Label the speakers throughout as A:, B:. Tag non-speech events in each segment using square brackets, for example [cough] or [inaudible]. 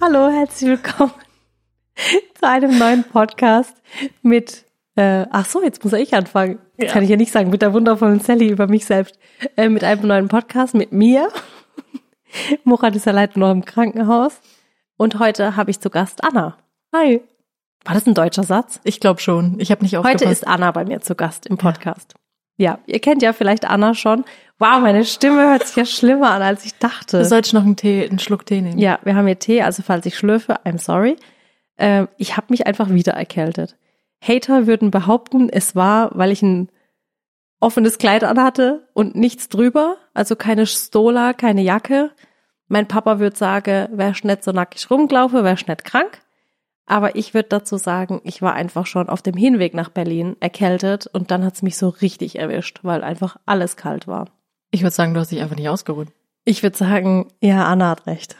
A: Hallo, herzlich willkommen [laughs] zu einem neuen Podcast mit, äh, ach so, jetzt muss ich anfangen. Jetzt
B: Ja.
A: kann ich ja nicht sagen, mit der wundervollen Sally über mich selbst. Äh, mit einem neuen Podcast mit mir. [laughs] Murat ist ja leider noch im Krankenhaus. Und heute habe ich zu Gast Anna. Hi. War das ein deutscher Satz?
B: Ich glaube schon. Ich habe nicht aufgepasst.
A: Heute ist Anna bei mir zu Gast im Podcast. Ja. ihr kennt ja vielleicht Anna schon. Wow, meine Stimme hört sich ja schlimmer an, als ich dachte.
B: du solltest noch einen, Tee, einen Schluck Tee nehmen.
A: Ja, wir haben hier Tee, also falls ich schlürfe, I'm sorry. Ähm, ich habe mich einfach wieder erkältet. Hater würden behaupten, es war, weil ich ein offenes Kleid anhatte und nichts drüber, also keine Stola, keine Jacke. Mein Papa würde sagen, wärst nicht so nackig rumgelaufen, wärst nicht krank. Aber ich würde dazu sagen, ich war einfach schon auf dem Hinweg nach Berlin erkältet und dann hat's mich so richtig erwischt, weil einfach alles kalt war.
B: Ich würde sagen, du hast dich einfach nicht ausgeruht.
A: Ich würde sagen, ja, Anna hat recht.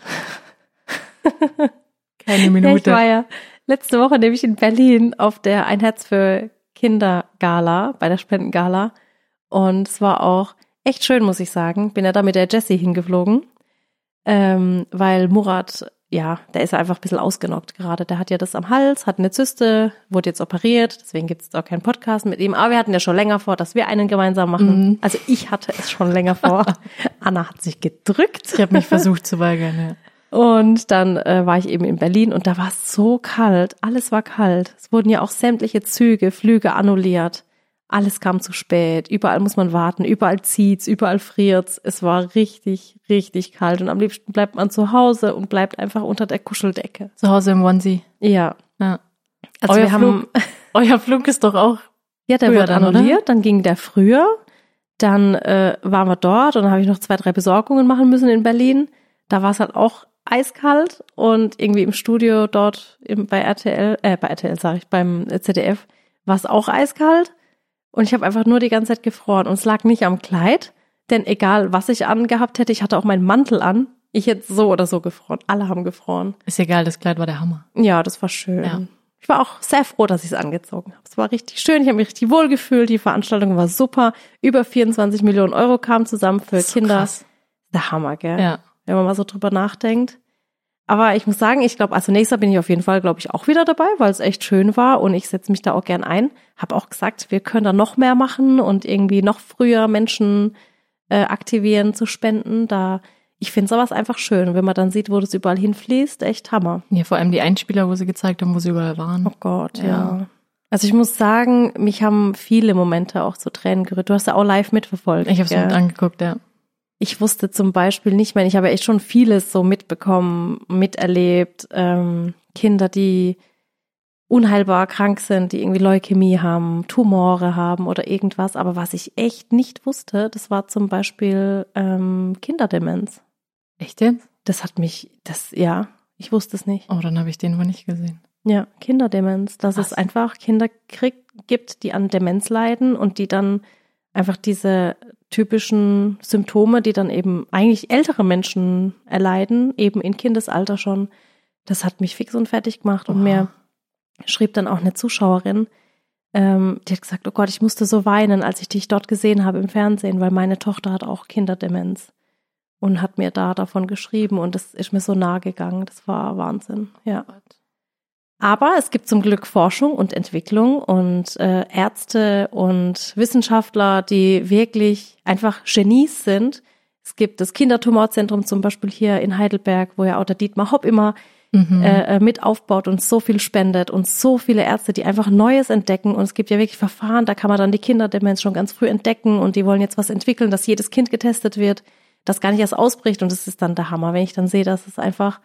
B: Keine
A: Ja, ich war ja letzte Woche nämlich in Berlin auf der Ein Herz für Kinder Gala, bei der Spendengala. Und es war auch echt schön, muss ich sagen. Bin ja da mit der Jessie hingeflogen, ähm, weil Murat, ja, der ist ja einfach ein bisschen ausgenockt gerade. Der hat ja das am Hals, hat eine Zyste, wurde jetzt operiert, deswegen gibt es jetzt auch keinen Podcast mit ihm. Aber wir hatten ja schon länger vor, dass wir einen gemeinsam machen.
B: Mhm.
A: Also ich hatte es schon länger vor. Anna hat sich gedrückt.
B: ich habe mich versucht zu weigern. Ja.
A: Und dann äh, war ich eben in Berlin und da war es so kalt. Alles war kalt. Es wurden ja auch sämtliche Züge, Flüge annulliert. Alles kam zu spät. Überall muss man warten. Überall zieht's, überall friert's. Es war richtig, richtig kalt. Und am liebsten bleibt man zu Hause und bleibt einfach unter der Kuscheldecke.
B: Zu Hause im Onesie.
A: Ja.
B: Ja.
A: Also
B: Euer
A: wir haben,
B: Euer Flug ist doch auch.
A: ja, der
B: früher
A: wurde
B: dann, oder?
A: annulliert. Dann ging der früher. Dann äh, waren wir dort und dann habe ich noch zwei, drei Besorgungen machen müssen in Berlin. Da war es halt auch eiskalt und irgendwie im Studio dort im, bei RTL, äh, bei RTL sage ich, beim äh, ZDF war es auch eiskalt und ich habe einfach nur die ganze Zeit gefroren und es lag nicht am Kleid, denn egal was ich angehabt hätte, ich hatte auch meinen Mantel an, ich hätte so oder so gefroren. Alle haben gefroren.
B: Ist egal, das Kleid war der Hammer.
A: Ja, das war schön.
B: Ja.
A: Ich war auch sehr froh, dass ich es angezogen habe. Es war richtig schön, ich habe mich richtig wohl gefühlt, die Veranstaltung war super. Über 24 Millionen Euro kamen zusammen für
B: So
A: Kinder.
B: krass.
A: Der Hammer, gell?
B: Ja.
A: wenn man mal so drüber nachdenkt. Aber ich muss sagen, ich glaube, als nächster bin ich auf jeden Fall, glaube ich, auch wieder dabei, weil es echt schön war und ich setze mich da auch gern ein. Hab auch gesagt, wir können da noch mehr machen und irgendwie noch früher Menschen äh, aktivieren zu spenden. Da ich finde sowas einfach schön, wenn man dann sieht, wo das überall hinfließt, echt Hammer.
B: ja. Vor allem die Einspieler, wo sie gezeigt haben, wo sie überall waren.
A: Oh Gott, ja.
B: Ja.
A: Also ich muss sagen, mich haben viele Momente auch zu Tränen gerührt. Du hast ja auch live mitverfolgt.
B: Ich habe es
A: gell?
B: mit angeguckt, ja.
A: Ich wusste zum Beispiel nicht mehr, ich habe echt schon vieles so mitbekommen, miterlebt. Ähm, Kinder, die unheilbar krank sind, die irgendwie Leukämie haben, Tumore haben oder irgendwas. Aber was ich echt nicht wusste, das war zum Beispiel ähm, Kinderdemenz.
B: Echt jetzt?
A: Das hat mich, das, ja, ich wusste es nicht.
B: Oh, dann habe ich den wohl nicht gesehen.
A: Ja, Kinderdemenz, dass es
B: Was?
A: einfach Kinder krieg, gibt, die an Demenz leiden und die dann einfach diese typischen Symptome, die dann eben eigentlich ältere Menschen erleiden, eben in Kindesalter schon. Das hat mich fix und fertig gemacht und
B: Oha.
A: mir schrieb dann auch eine Zuschauerin, ähm, die hat gesagt, oh Gott, ich musste so weinen, als ich dich dort gesehen habe im Fernsehen, weil meine Tochter hat auch Kinderdemenz und hat mir da davon geschrieben und das ist mir so nahe gegangen. Das war Wahnsinn, ja. Aber es gibt zum Glück Forschung und Entwicklung und äh, Ärzte und Wissenschaftler, die wirklich einfach Genies sind. Es gibt das Kindertumorzentrum zum Beispiel hier in Heidelberg, wo ja auch der Dietmar Hopp immer
B: Mhm.
A: äh, äh, mit aufbaut und so viel spendet und so viele Ärzte, die einfach Neues entdecken. Und es gibt ja wirklich Verfahren, da kann man dann die Kinderdemenz schon ganz früh entdecken und die wollen jetzt was entwickeln, dass jedes Kind getestet wird, das gar nicht erst ausbricht. Und das ist dann der Hammer, wenn ich dann sehe, dass es einfach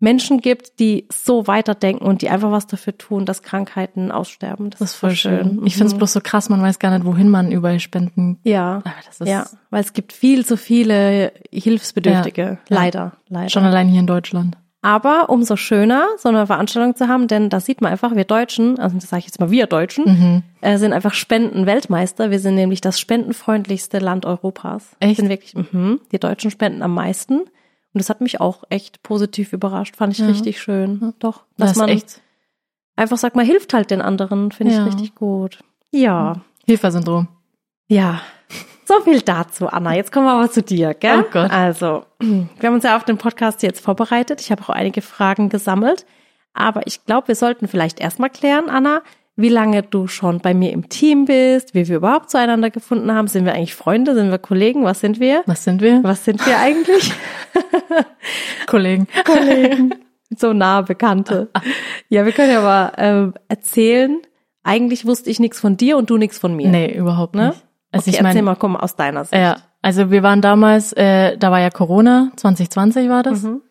A: Menschen gibt, die so weiterdenken und die einfach was dafür tun, dass Krankheiten aussterben. Das,
B: das ist voll schön. Mhm. Ich
A: Mhm.
B: finde es bloß so krass, man weiß gar nicht, wohin man überall spenden.
A: ja,
B: Aber das ist
A: ja, weil es gibt viel zu viele Hilfsbedürftige. Leider, leider.
B: schon allein hier in Deutschland.
A: Aber umso schöner, so eine Veranstaltung zu haben, denn da sieht man einfach, wir Deutschen, also das sage ich jetzt mal, wir Deutschen,
B: Mhm.
A: äh, sind einfach Spenden-Weltmeister. Wir sind nämlich das spendenfreundlichste Land Europas.
B: Echt?
A: Sind wirklich, mhm, die Deutschen spenden am meisten. Und das hat mich auch echt positiv überrascht. Fand ich
B: Ja.
A: richtig schön.
B: Ja.
A: Doch, dass
B: ist
A: man
B: echt
A: einfach sagt, man hilft halt den anderen, finde
B: Ja.
A: ich richtig gut. Ja.
B: Hilfersyndrom.
A: Ja, so viel dazu, Anna. Jetzt kommen wir aber zu dir, gell?
B: Oh Gott.
A: Also, wir haben uns ja auf den Podcast jetzt vorbereitet. Ich habe auch einige Fragen gesammelt. Aber ich glaube, wir sollten vielleicht erstmal klären, Anna, wie lange du schon bei mir im Team bist, wie wir überhaupt zueinander gefunden haben. Sind wir eigentlich Freunde? Sind wir Kollegen? Was sind wir?
B: Was sind wir?
A: Was sind wir eigentlich? [laughs]
B: Kollegen.
A: so nah Bekannte. Ja, wir können ja mal ähm, erzählen. Eigentlich wusste ich nichts von dir und du nichts von mir.
B: Nee, überhaupt
A: Ne?
B: nicht. Also
A: okay,
B: ich meine,
A: erzähl mal, komm, aus deiner Sicht.
B: Ja, also wir waren damals, äh, da war ja Corona, 2020 war das.
A: Mhm.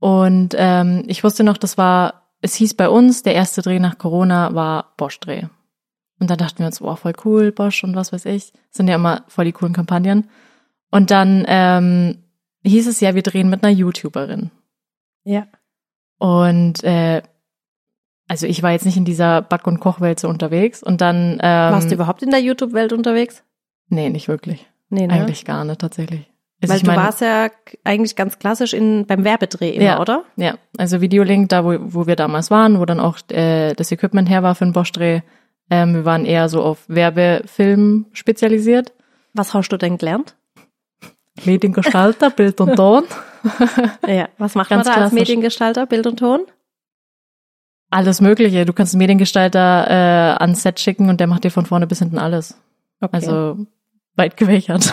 B: Und ähm, ich wusste noch, das war, es hieß bei uns, der erste Dreh nach Corona war Bosch-Dreh. Und dann dachten wir uns, wow, voll cool, Bosch und was weiß ich. Sind ja immer voll die coolen Kampagnen. Und dann ähm, hieß es ja, wir drehen mit einer YouTuberin.
A: Ja.
B: Und äh, also ich war jetzt nicht in dieser Back- und Kochwelt so unterwegs. Und dann ähm,
A: Warst du überhaupt in der YouTube-Welt unterwegs?
B: Nee, nicht wirklich.
A: Nee, ne?
B: Eigentlich gar nicht tatsächlich. Also
A: Weil
B: ich
A: du
B: meine-
A: warst ja k- eigentlich ganz klassisch in, beim Werbedreh immer,
B: Ja.
A: oder?
B: Ja, also Videolink, da wo, wo wir damals waren, wo dann auch äh, das Equipment her war für den Bosch-Dreh. Ähm, wir waren eher so auf Werbefilm spezialisiert.
A: Was hast du denn gelernt? [laughs]
B: Mediengestalter, Bild und Ton.
A: Ja. Was macht
B: Ganz
A: man da als
B: klassisch.
A: Mediengestalter, Bild und Ton?
B: Alles Mögliche. Du kannst einen Mediengestalter äh, ans Set schicken und der macht dir von vorne bis hinten alles.
A: Okay.
B: Also weit gewächert.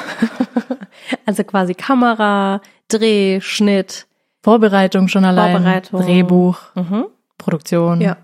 B: [laughs]
A: also quasi Kamera, Dreh, Schnitt.
B: Vorbereitung schon allein.
A: Vorbereitung.
B: Drehbuch,
A: Mhm.
B: Produktion.
A: Ja.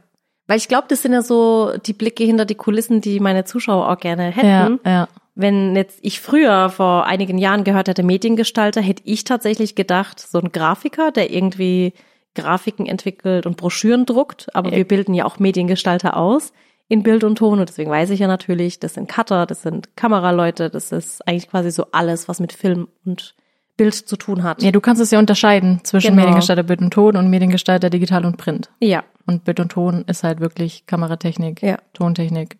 A: Weil ich glaube, das sind ja so die Blicke hinter die Kulissen, die meine Zuschauer auch gerne hätten.
B: Ja, ja.
A: Wenn jetzt ich früher vor einigen Jahren gehört hätte, Mediengestalter, hätte ich tatsächlich gedacht, so ein Grafiker, der irgendwie Grafiken entwickelt und Broschüren druckt. Aber
B: Ja.
A: wir bilden ja auch Mediengestalter aus in Bild und Ton. Und deswegen weiß ich ja natürlich, das sind Cutter, das sind Kameraleute, das ist eigentlich quasi so alles, was mit Film und Bild zu tun hat.
B: Ja, du kannst es ja unterscheiden zwischen
A: Genau.
B: Mediengestalter Bild und Ton und Mediengestalter Digital und Print.
A: ja.
B: Und Bild und Ton ist halt wirklich Kameratechnik,
A: Ja.
B: Tontechnik,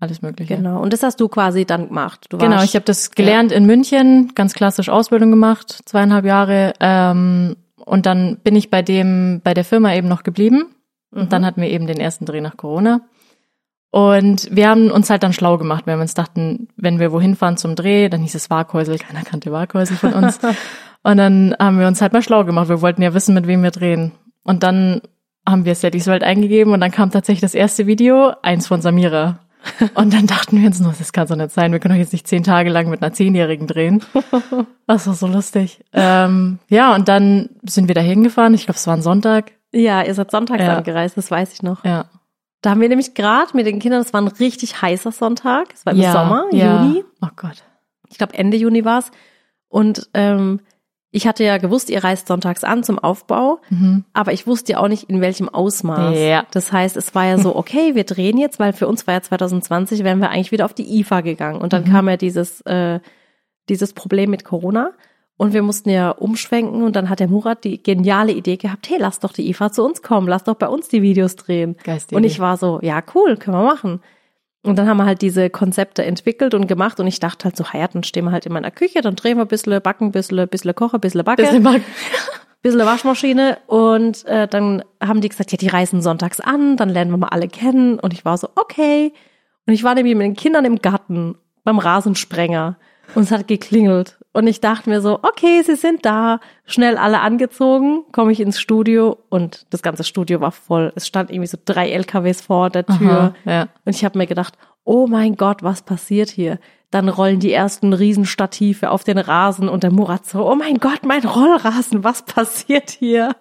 B: alles Mögliche.
A: Genau. Und das hast du quasi dann gemacht. Du
B: Genau,
A: warst,
B: ich habe das gelernt in München, ganz klassisch Ausbildung gemacht, zweieinhalb Jahre. Ähm, und dann bin ich bei dem, bei der Firma eben noch geblieben.
A: Mhm.
B: Und dann hatten wir eben den ersten Dreh nach Corona. Und wir haben uns halt dann schlau gemacht, weil wir uns dachten, wenn wir wohin fahren zum Dreh, dann hieß es Warkhäusel, keiner kannte Warkhäusel
A: [laughs]
B: von uns. und dann haben wir uns halt mal schlau gemacht. Wir wollten ja wissen, mit wem wir drehen. Und dann haben wir Steady's World eingegeben und dann kam tatsächlich das erste Video, eins
A: [laughs]
B: von Samira. Und dann dachten wir uns nur, das kann so nicht sein, wir können doch jetzt nicht zehn Tage lang mit einer
A: [laughs]
B: Zehnjährigen drehen. Das war so lustig. Ähm, ja, und dann sind wir da hingefahren, ich glaube, es war ein Sonntag.
A: ja, ihr seid sonntags
B: Ja.
A: angereist, das weiß ich noch.
B: Ja,
A: Da haben wir nämlich gerade mit den Kindern, es war ein richtig heißer Sonntag, es war im
B: ja,
A: Sommer,
B: ja.
A: Juni,
B: Oh Gott.
A: ich glaube Ende Juni war's. Und ähm, ich hatte ja gewusst, ihr reist sonntags an zum Aufbau,
B: Mhm.
A: aber ich wusste ja auch nicht, in welchem Ausmaß.
B: Ja.
A: Das heißt, es war ja
B: [laughs]
A: so, okay, wir drehen jetzt, weil für uns war ja 2020, wären wir eigentlich wieder auf die IFA gegangen. Und dann
B: Mhm.
A: kam ja dieses, äh, dieses Problem mit Corona. Und wir mussten ja umschwenken und dann hat der Murat die geniale Idee gehabt, hey, lass doch die IFA zu uns kommen, lass doch bei uns die Videos drehen.
B: Geistig.
A: Und ich war so, ja, cool, können wir machen. Und dann haben wir halt diese Konzepte entwickelt und gemacht und ich dachte halt so, ja, dann stehen wir halt in meiner Küche, dann drehen wir ein bisschen, backen ein bisschen, bisschen kochen, ein bisschen backe,
B: bisschen
A: ein
B: mag.
A: bisschen Waschmaschine und äh, dann haben die gesagt, ja, die reisen sonntags an, dann lernen wir mal alle kennen und ich war so, okay. Und ich war nämlich mit den Kindern im Garten beim Rasensprenger und es hat geklingelt und ich dachte mir so, okay, sie sind da, schnell alle angezogen, komme ich ins Studio und das ganze Studio war voll. Es stand irgendwie so drei LKWs vor der Tür.
B: Aha, ja.
A: Und ich habe mir gedacht, oh mein Gott, was passiert hier? Dann rollen die ersten Riesenstative auf den Rasen und der Murat so, oh mein Gott, mein Rollrasen, was passiert hier?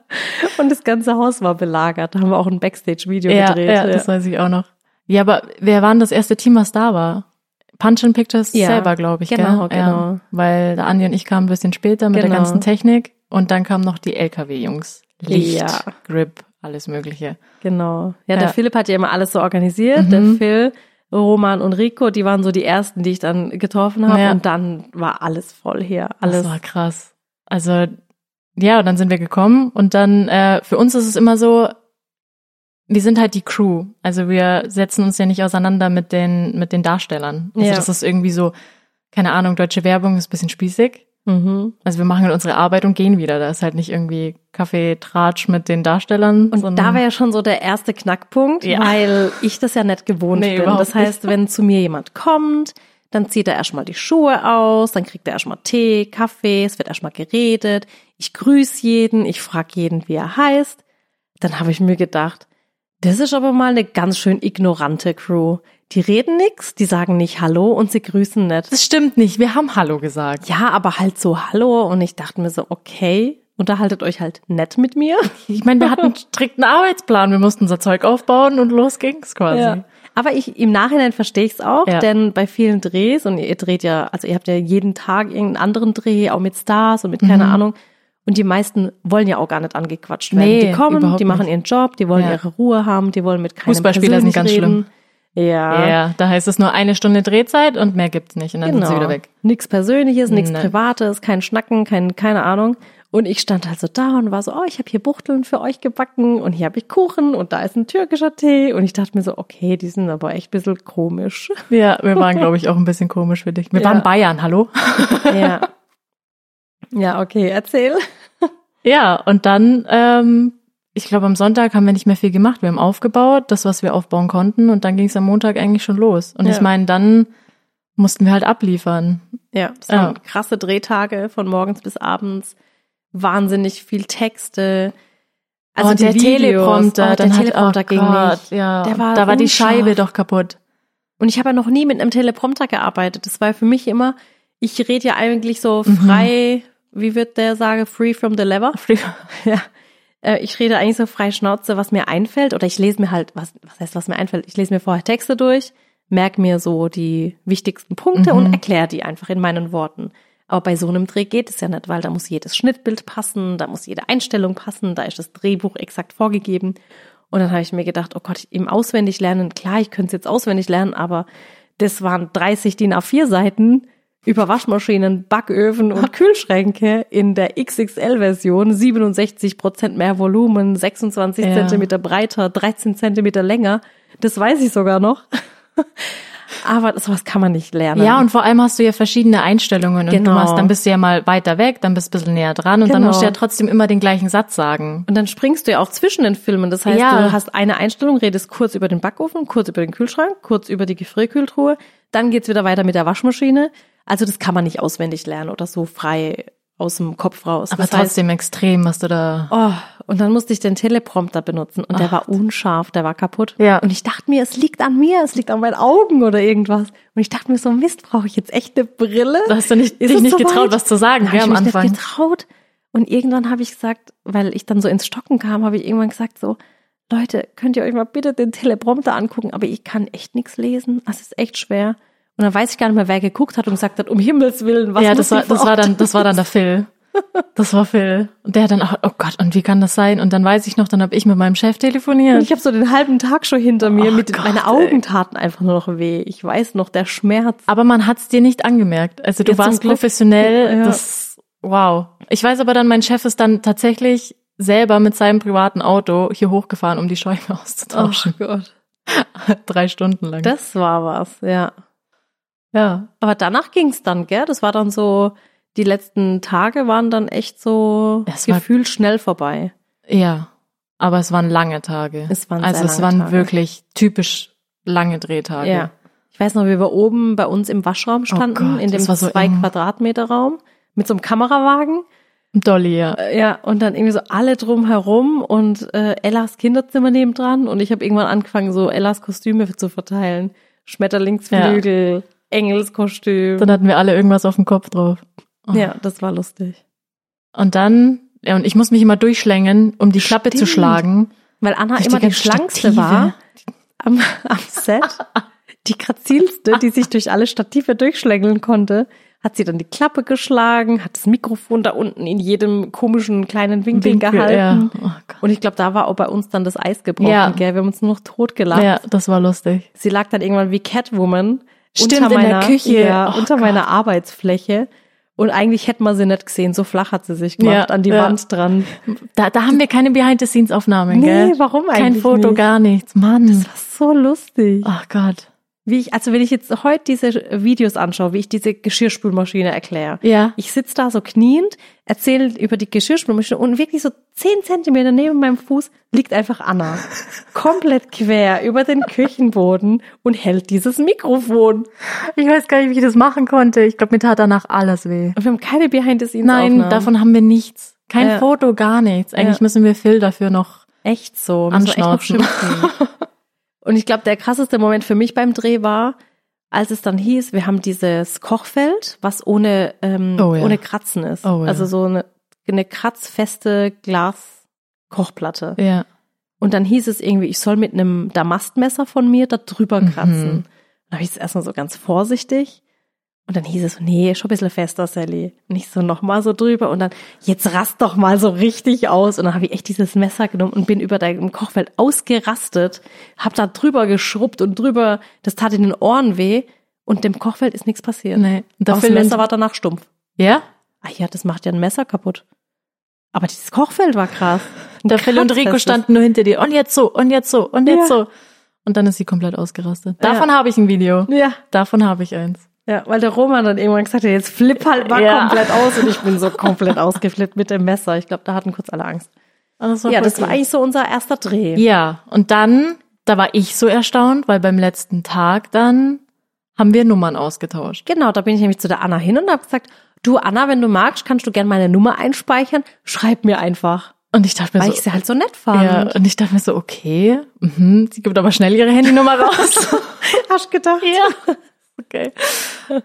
A: Und das ganze Haus war belagert. Da haben wir auch ein Backstage-Video
B: Ja,
A: gedreht. Also,
B: ja, das weiß ich auch noch. Ja, aber wer war denn das erste Team, was da war? Punch and Pictures
A: Ja,
B: selber, glaube ich.
A: genau,
B: gell? Ja,
A: genau.
B: weil der Andi und ich kamen ein bisschen später mit der
A: Genau.
B: ganzen Technik und dann kamen noch die LKW-Jungs. Licht,
A: Ja.
B: Grip, alles Mögliche.
A: Genau. Ja, der
B: Ja.
A: Philipp hat ja immer alles so organisiert.
B: Mhm.
A: Der Phil, Roman und Rico, die waren so die ersten, die ich dann getroffen habe.
B: Ja.
A: Und dann war alles voll hier.
B: Alles
A: Alles.
B: das war krass. Also, ja, und dann sind wir gekommen und dann, äh, für uns ist es immer so, wir sind halt die Crew. Also wir setzen uns ja nicht auseinander mit den, mit den Darstellern. Also
A: Ja.
B: das ist irgendwie so, keine Ahnung, deutsche Werbung ist ein bisschen spießig.
A: Mhm.
B: Also wir machen halt unsere Arbeit und gehen wieder. Da ist halt nicht irgendwie Kaffee, Tratsch mit den Darstellern.
A: Und
B: sondern-
A: da war ja schon so der erste Knackpunkt,
B: Ja.
A: weil ich das ja nicht gewohnt
B: Nee,
A: bin.
B: überhaupt
A: Das heißt, wenn zu mir jemand kommt, Dann zieht er erstmal die Schuhe aus, dann kriegt er erstmal Tee, Kaffee, es wird erstmal geredet. Ich grüße jeden, ich frage jeden, wie er heißt. Dann habe ich mir gedacht, das ist aber mal eine ganz schön ignorante Crew. Die reden nix, die sagen nicht Hallo und sie grüßen nicht.
B: Das stimmt nicht. Wir haben Hallo gesagt.
A: Ja, aber halt so Hallo und ich dachte mir so, okay, unterhaltet euch halt nett mit mir.
B: Ich meine, wir hatten
A: [laughs]
B: einen strikten Arbeitsplan. Wir mussten unser Zeug aufbauen und los ging's quasi.
A: Ja. Aber ich, im Nachhinein verstehe ich's auch,
B: Ja.
A: denn bei vielen Drehs, und ihr dreht ja, also ihr habt ja jeden Tag irgendeinen anderen Dreh, auch mit Stars und mit keine
B: Mhm.
A: Ahnung. Und die meisten wollen ja auch gar nicht angequatscht werden.
B: Nee,
A: die kommen,
B: überhaupt
A: die machen
B: nicht.
A: ihren Job, die wollen
B: Ja.
A: ihre Ruhe haben, die wollen mit keinem
B: Fußballspieler sind
A: persönlich
B: ganz
A: reden. Ja.
B: Ja, da heißt es nur eine Stunde Drehzeit und mehr gibt's nicht. Und dann sind sie wieder weg.
A: Nichts genau. Persönliches, nichts
B: Nein.
A: Privates, kein Schnacken, kein, keine Ahnung. Und ich stand halt so da und war so, oh, ich habe hier Buchteln für euch gebacken und hier habe ich Kuchen und da ist ein türkischer Tee. Und ich dachte mir so, okay, die sind aber echt ein bisschen komisch.
B: Ja, wir waren, glaube ich, auch ein bisschen komisch für dich. Wir
A: Ja.
B: waren Bayern, hallo?
A: Ja. [laughs] ja, okay, erzähl.
B: Ja, und dann, ähm, ich glaube, am Sonntag haben wir nicht mehr viel gemacht. Wir haben aufgebaut, das, was wir aufbauen konnten, und dann ging's am Montag eigentlich schon los. Und
A: Ja.
B: ich meine, dann mussten wir halt abliefern.
A: Ja, es waren
B: Ja. Ah.
A: krasse Drehtage von morgens bis abends. Wahnsinnig viel Texte. Also
B: und Oh, der Teleprompter,
A: oh, der
B: dann hat,
A: Oh, Teleprompter
B: Also oh
A: ging
B: Gott,
A: nicht.
B: Ja,
A: Der war
B: da war die
A: unscharf.
B: Scheibe doch kaputt.
A: Und ich habe ja noch nie mit einem Teleprompter gearbeitet. Das war ja für mich immer, ich rede ja eigentlich so
B: Mhm.
A: frei, wie wird der sagen, free from the lever.
B: [laughs]
A: ja. Äh, Ich rede eigentlich so frei Schnauze, was mir einfällt. Oder ich lese mir halt, was, was heißt, was mir einfällt? Ich lese mir vorher Texte durch, merke mir so die wichtigsten Punkte und erkläre die einfach in meinen Worten. Aber bei so einem Dreh geht es ja nicht, weil da muss jedes Schnittbild passen, da muss jede Einstellung passen, da ist das Drehbuch exakt vorgegeben. Und dann habe ich mir gedacht, oh Gott, im auswendig lernen, klar, ich könnte es jetzt auswendig lernen, aber das waren 30 DIN A4 Seiten über Waschmaschinen, Backöfen
B: [laughs]
A: und Kühlschränke in der XXL-Version, 67 Prozent mehr Volumen, 26
B: Ja.
A: Zentimeter breiter, 13 Zentimeter länger. Das weiß ich sogar noch. [laughs] Aber sowas kann man nicht lernen.
B: Ja, und vor allem hast du ja verschiedene Einstellungen und
A: Genau.
B: du machst, dann bist du ja mal weiter weg, dann bist du ein bisschen näher dran und dann
A: Genau.
B: musst du ja trotzdem immer den gleichen Satz sagen.
A: Und dann springst du ja auch zwischen den Filmen. Das heißt,
B: Ja.
A: du hast eine Einstellung, redest kurz über den Backofen, kurz über den Kühlschrank, kurz über die Gefrierkühltruhe. Dann geht's wieder weiter mit der Waschmaschine. Also das kann man nicht auswendig lernen oder so frei aus dem Kopf raus.
B: Aber
A: das
B: trotzdem extrem, was du da.
A: Oh, und dann musste ich den Teleprompter benutzen und der war unscharf, der war kaputt.
B: Ja.
A: Und ich dachte mir, es liegt an mir, es liegt an meinen Augen oder irgendwas. Und ich dachte mir so, Mist, brauche ich jetzt echt eine Brille?
B: Da hast du nicht,
A: Ist
B: dich
A: es
B: nicht
A: soweit?
B: getraut, was zu sagen,
A: Dann
B: gell,
A: habe
B: am
A: ich mich
B: Anfang.
A: nicht getraut. Und irgendwann habe ich gesagt, weil ich dann so ins Stocken kam, habe ich irgendwann gesagt so, Leute, könnt ihr euch mal bitte den Teleprompter angucken? Aber ich kann echt nichts lesen. Das ist echt schwer. Und dann weiß ich gar nicht mehr, wer geguckt hat und gesagt hat, um Himmels Willen, was
B: ja,
A: muss
B: das war,
A: ich für
B: das war dann, das war
A: Autos-
B: dann der Phil. Das war Phil. Und der hat dann auch, oh Gott, und wie kann das sein? Und dann weiß ich noch, dann habe ich mit meinem Chef telefoniert.
A: Ich habe so den halben Tag schon hinter mir.
B: Oh
A: mit
B: Gott,
A: meine Augen taten einfach nur noch weh. Ich weiß noch, der Schmerz.
B: Aber man hat's dir nicht angemerkt. Also du
A: Ja, zum
B: warst
A: Glück.
B: professionell.
A: Ja.
B: Das wow. Ich weiß aber dann, mein Chef ist dann tatsächlich selber mit seinem privaten Auto hier hochgefahren, um die Scheibe [laughs] auszutauschen.
A: Gott.
B: Drei Stunden lang.
A: Oh. Das war was, ja.
B: ja.
A: Aber danach ging's dann, gell? Das war dann so, die letzten Tage waren dann echt so
B: Es war-
A: gefühlt schnell vorbei.
B: Ja. Aber es waren lange Tage.
A: Es waren
B: also
A: sehr
B: es
A: lange
B: waren
A: Tage.
B: wirklich typisch lange Drehtage.
A: Ja. Ich weiß noch, wie wir oben bei uns im Waschraum standen,
B: Oh Gott,
A: in dem
B: das war so
A: zwei
B: eng.
A: Quadratmeter Raum mit so einem Kamerawagen.
B: Dolly, ja.
A: Äh, Ja, und dann irgendwie so alle drumherum und äh, Ellas Kinderzimmer nebendran. Und ich habe irgendwann angefangen, so Ellas Kostüme zu verteilen. Schmetterlingsflügel, Engelskostüm.
B: Dann hatten wir alle irgendwas auf dem Kopf drauf. Oh.
A: ja, das war lustig.
B: Und dann, ja, und ich muss mich immer durchschlängen, um die Klappe zu
A: Stimmt.
B: schlagen.
A: Weil Anna
B: Durch die
A: immer die
B: ganzen
A: schlankste war am, am Set. Die grazilste, die sich durch alle Stative durchschlängeln konnte, hat sie dann die Klappe geschlagen, hat das Mikrofon da unten in jedem komischen kleinen Winkel, gehalten.
B: Ja. Oh Gott.
A: Und ich glaube, da war auch bei uns dann das Eis gebrochen,
B: Ja.
A: gell? Wir haben uns nur noch tot gelacht.
B: ja, das war lustig.
A: Sie lag dann irgendwann wie Catwoman
B: Stimmt,
A: unter
B: in der
A: meiner,
B: Küche.
A: Ja,
B: Oh
A: unter
B: Gott.
A: meiner Arbeitsfläche. Und eigentlich hätten wir sie nicht gesehen, so flach hat sie sich gemacht,
B: Ja,
A: an die
B: ja.
A: Wand dran.
B: Da, da haben wir keine Behind-the-Scenes-Aufnahmen,
A: Nee,
B: gell?
A: warum
B: Kein
A: eigentlich
B: Foto,
A: nicht?
B: gar nichts. Mann.
A: Das war so lustig.
B: Ach Gott.
A: Wie ich, also wenn ich jetzt heute diese Videos anschaue, wie ich diese Geschirrspülmaschine erkläre.
B: Ja.
A: Ich sitze da so kniend, erzähle über die Geschirrspülmaschine und wirklich so zehn Zentimeter neben meinem Fuß liegt einfach
B: [laughs]
A: Anna. Komplett quer über den Küchenboden und hält dieses Mikrofon.
B: Ich weiß gar nicht, wie ich das machen konnte. Ich glaube, mir tat danach alles weh.
A: Und wir haben keine Behind-the-Scenes
B: Nein,
A: Aufnahmen.
B: davon haben wir nichts. Kein
A: Ja.
B: Foto, gar nichts. Eigentlich
A: Ja.
B: müssen wir Phil dafür noch.
A: Echt so. Müssen wir echt noch
B: Anschnauzen.
A: schimpfen. [laughs] Und ich glaube, der krasseste Moment für mich beim Dreh war, als es dann hieß, wir haben dieses Kochfeld, was ohne, ähm,
B: Oh ja.
A: ohne Kratzen ist.
B: Oh ja.
A: Also so eine, eine kratzfeste Glaskochplatte.
B: Ja.
A: Und dann hieß es irgendwie, ich soll mit einem Damastmesser von mir da drüber
B: Mhm.
A: kratzen. Dann habe ich es erstmal so ganz vorsichtig. Und dann hieß es, so, nee, schon ein bisschen fester, Sally. Nicht so nochmal so drüber. Und dann, jetzt rast doch mal so richtig aus. Und dann habe ich echt dieses Messer genommen und bin über deinem Kochfeld ausgerastet. Hab da drüber geschrubbt und drüber, das tat in den Ohren weh. Und dem Kochfeld ist nichts passiert.
B: Nee. Und ne, der
A: das
B: Phil-
A: Messer war danach stumpf.
B: ja?
A: Ah ja, das macht ja ein Messer kaputt. Aber dieses Kochfeld war krass. Ein
B: Der Phil und Rico
A: kratzfestes.
B: standen nur hinter dir. Und jetzt so, und jetzt so, und jetzt
A: Ja.
B: so. Und dann ist sie komplett ausgerastet.
A: Ja.
B: Davon habe ich ein Video.
A: Ja,
B: Davon habe ich eins.
A: Ja, weil der Roman dann irgendwann gesagt hat, jetzt flipp halt mal
B: Ja.
A: komplett aus und ich bin so komplett ausgeflippt mit dem Messer. Ich glaube, da hatten kurz alle Angst.
B: Und das
A: ja,
B: voll
A: das
B: cool.
A: war eigentlich so unser erster Dreh.
B: Ja, und dann, da war ich so erstaunt, weil beim letzten Tag dann haben wir Nummern ausgetauscht.
A: Genau, da bin ich nämlich zu der Anna hin und habe gesagt, du Anna, wenn du magst, kannst du gerne meine Nummer einspeichern, schreib mir einfach,
B: Und ich dachte mir
A: weil
B: so,
A: ich sie halt so nett fand. [laughs]
B: ja, und ich dachte mir so, okay, mhm, sie gibt aber schnell ihre
A: [laughs]
B: Handynummer raus.
A: Hast gedacht?
B: [laughs] ja. Okay.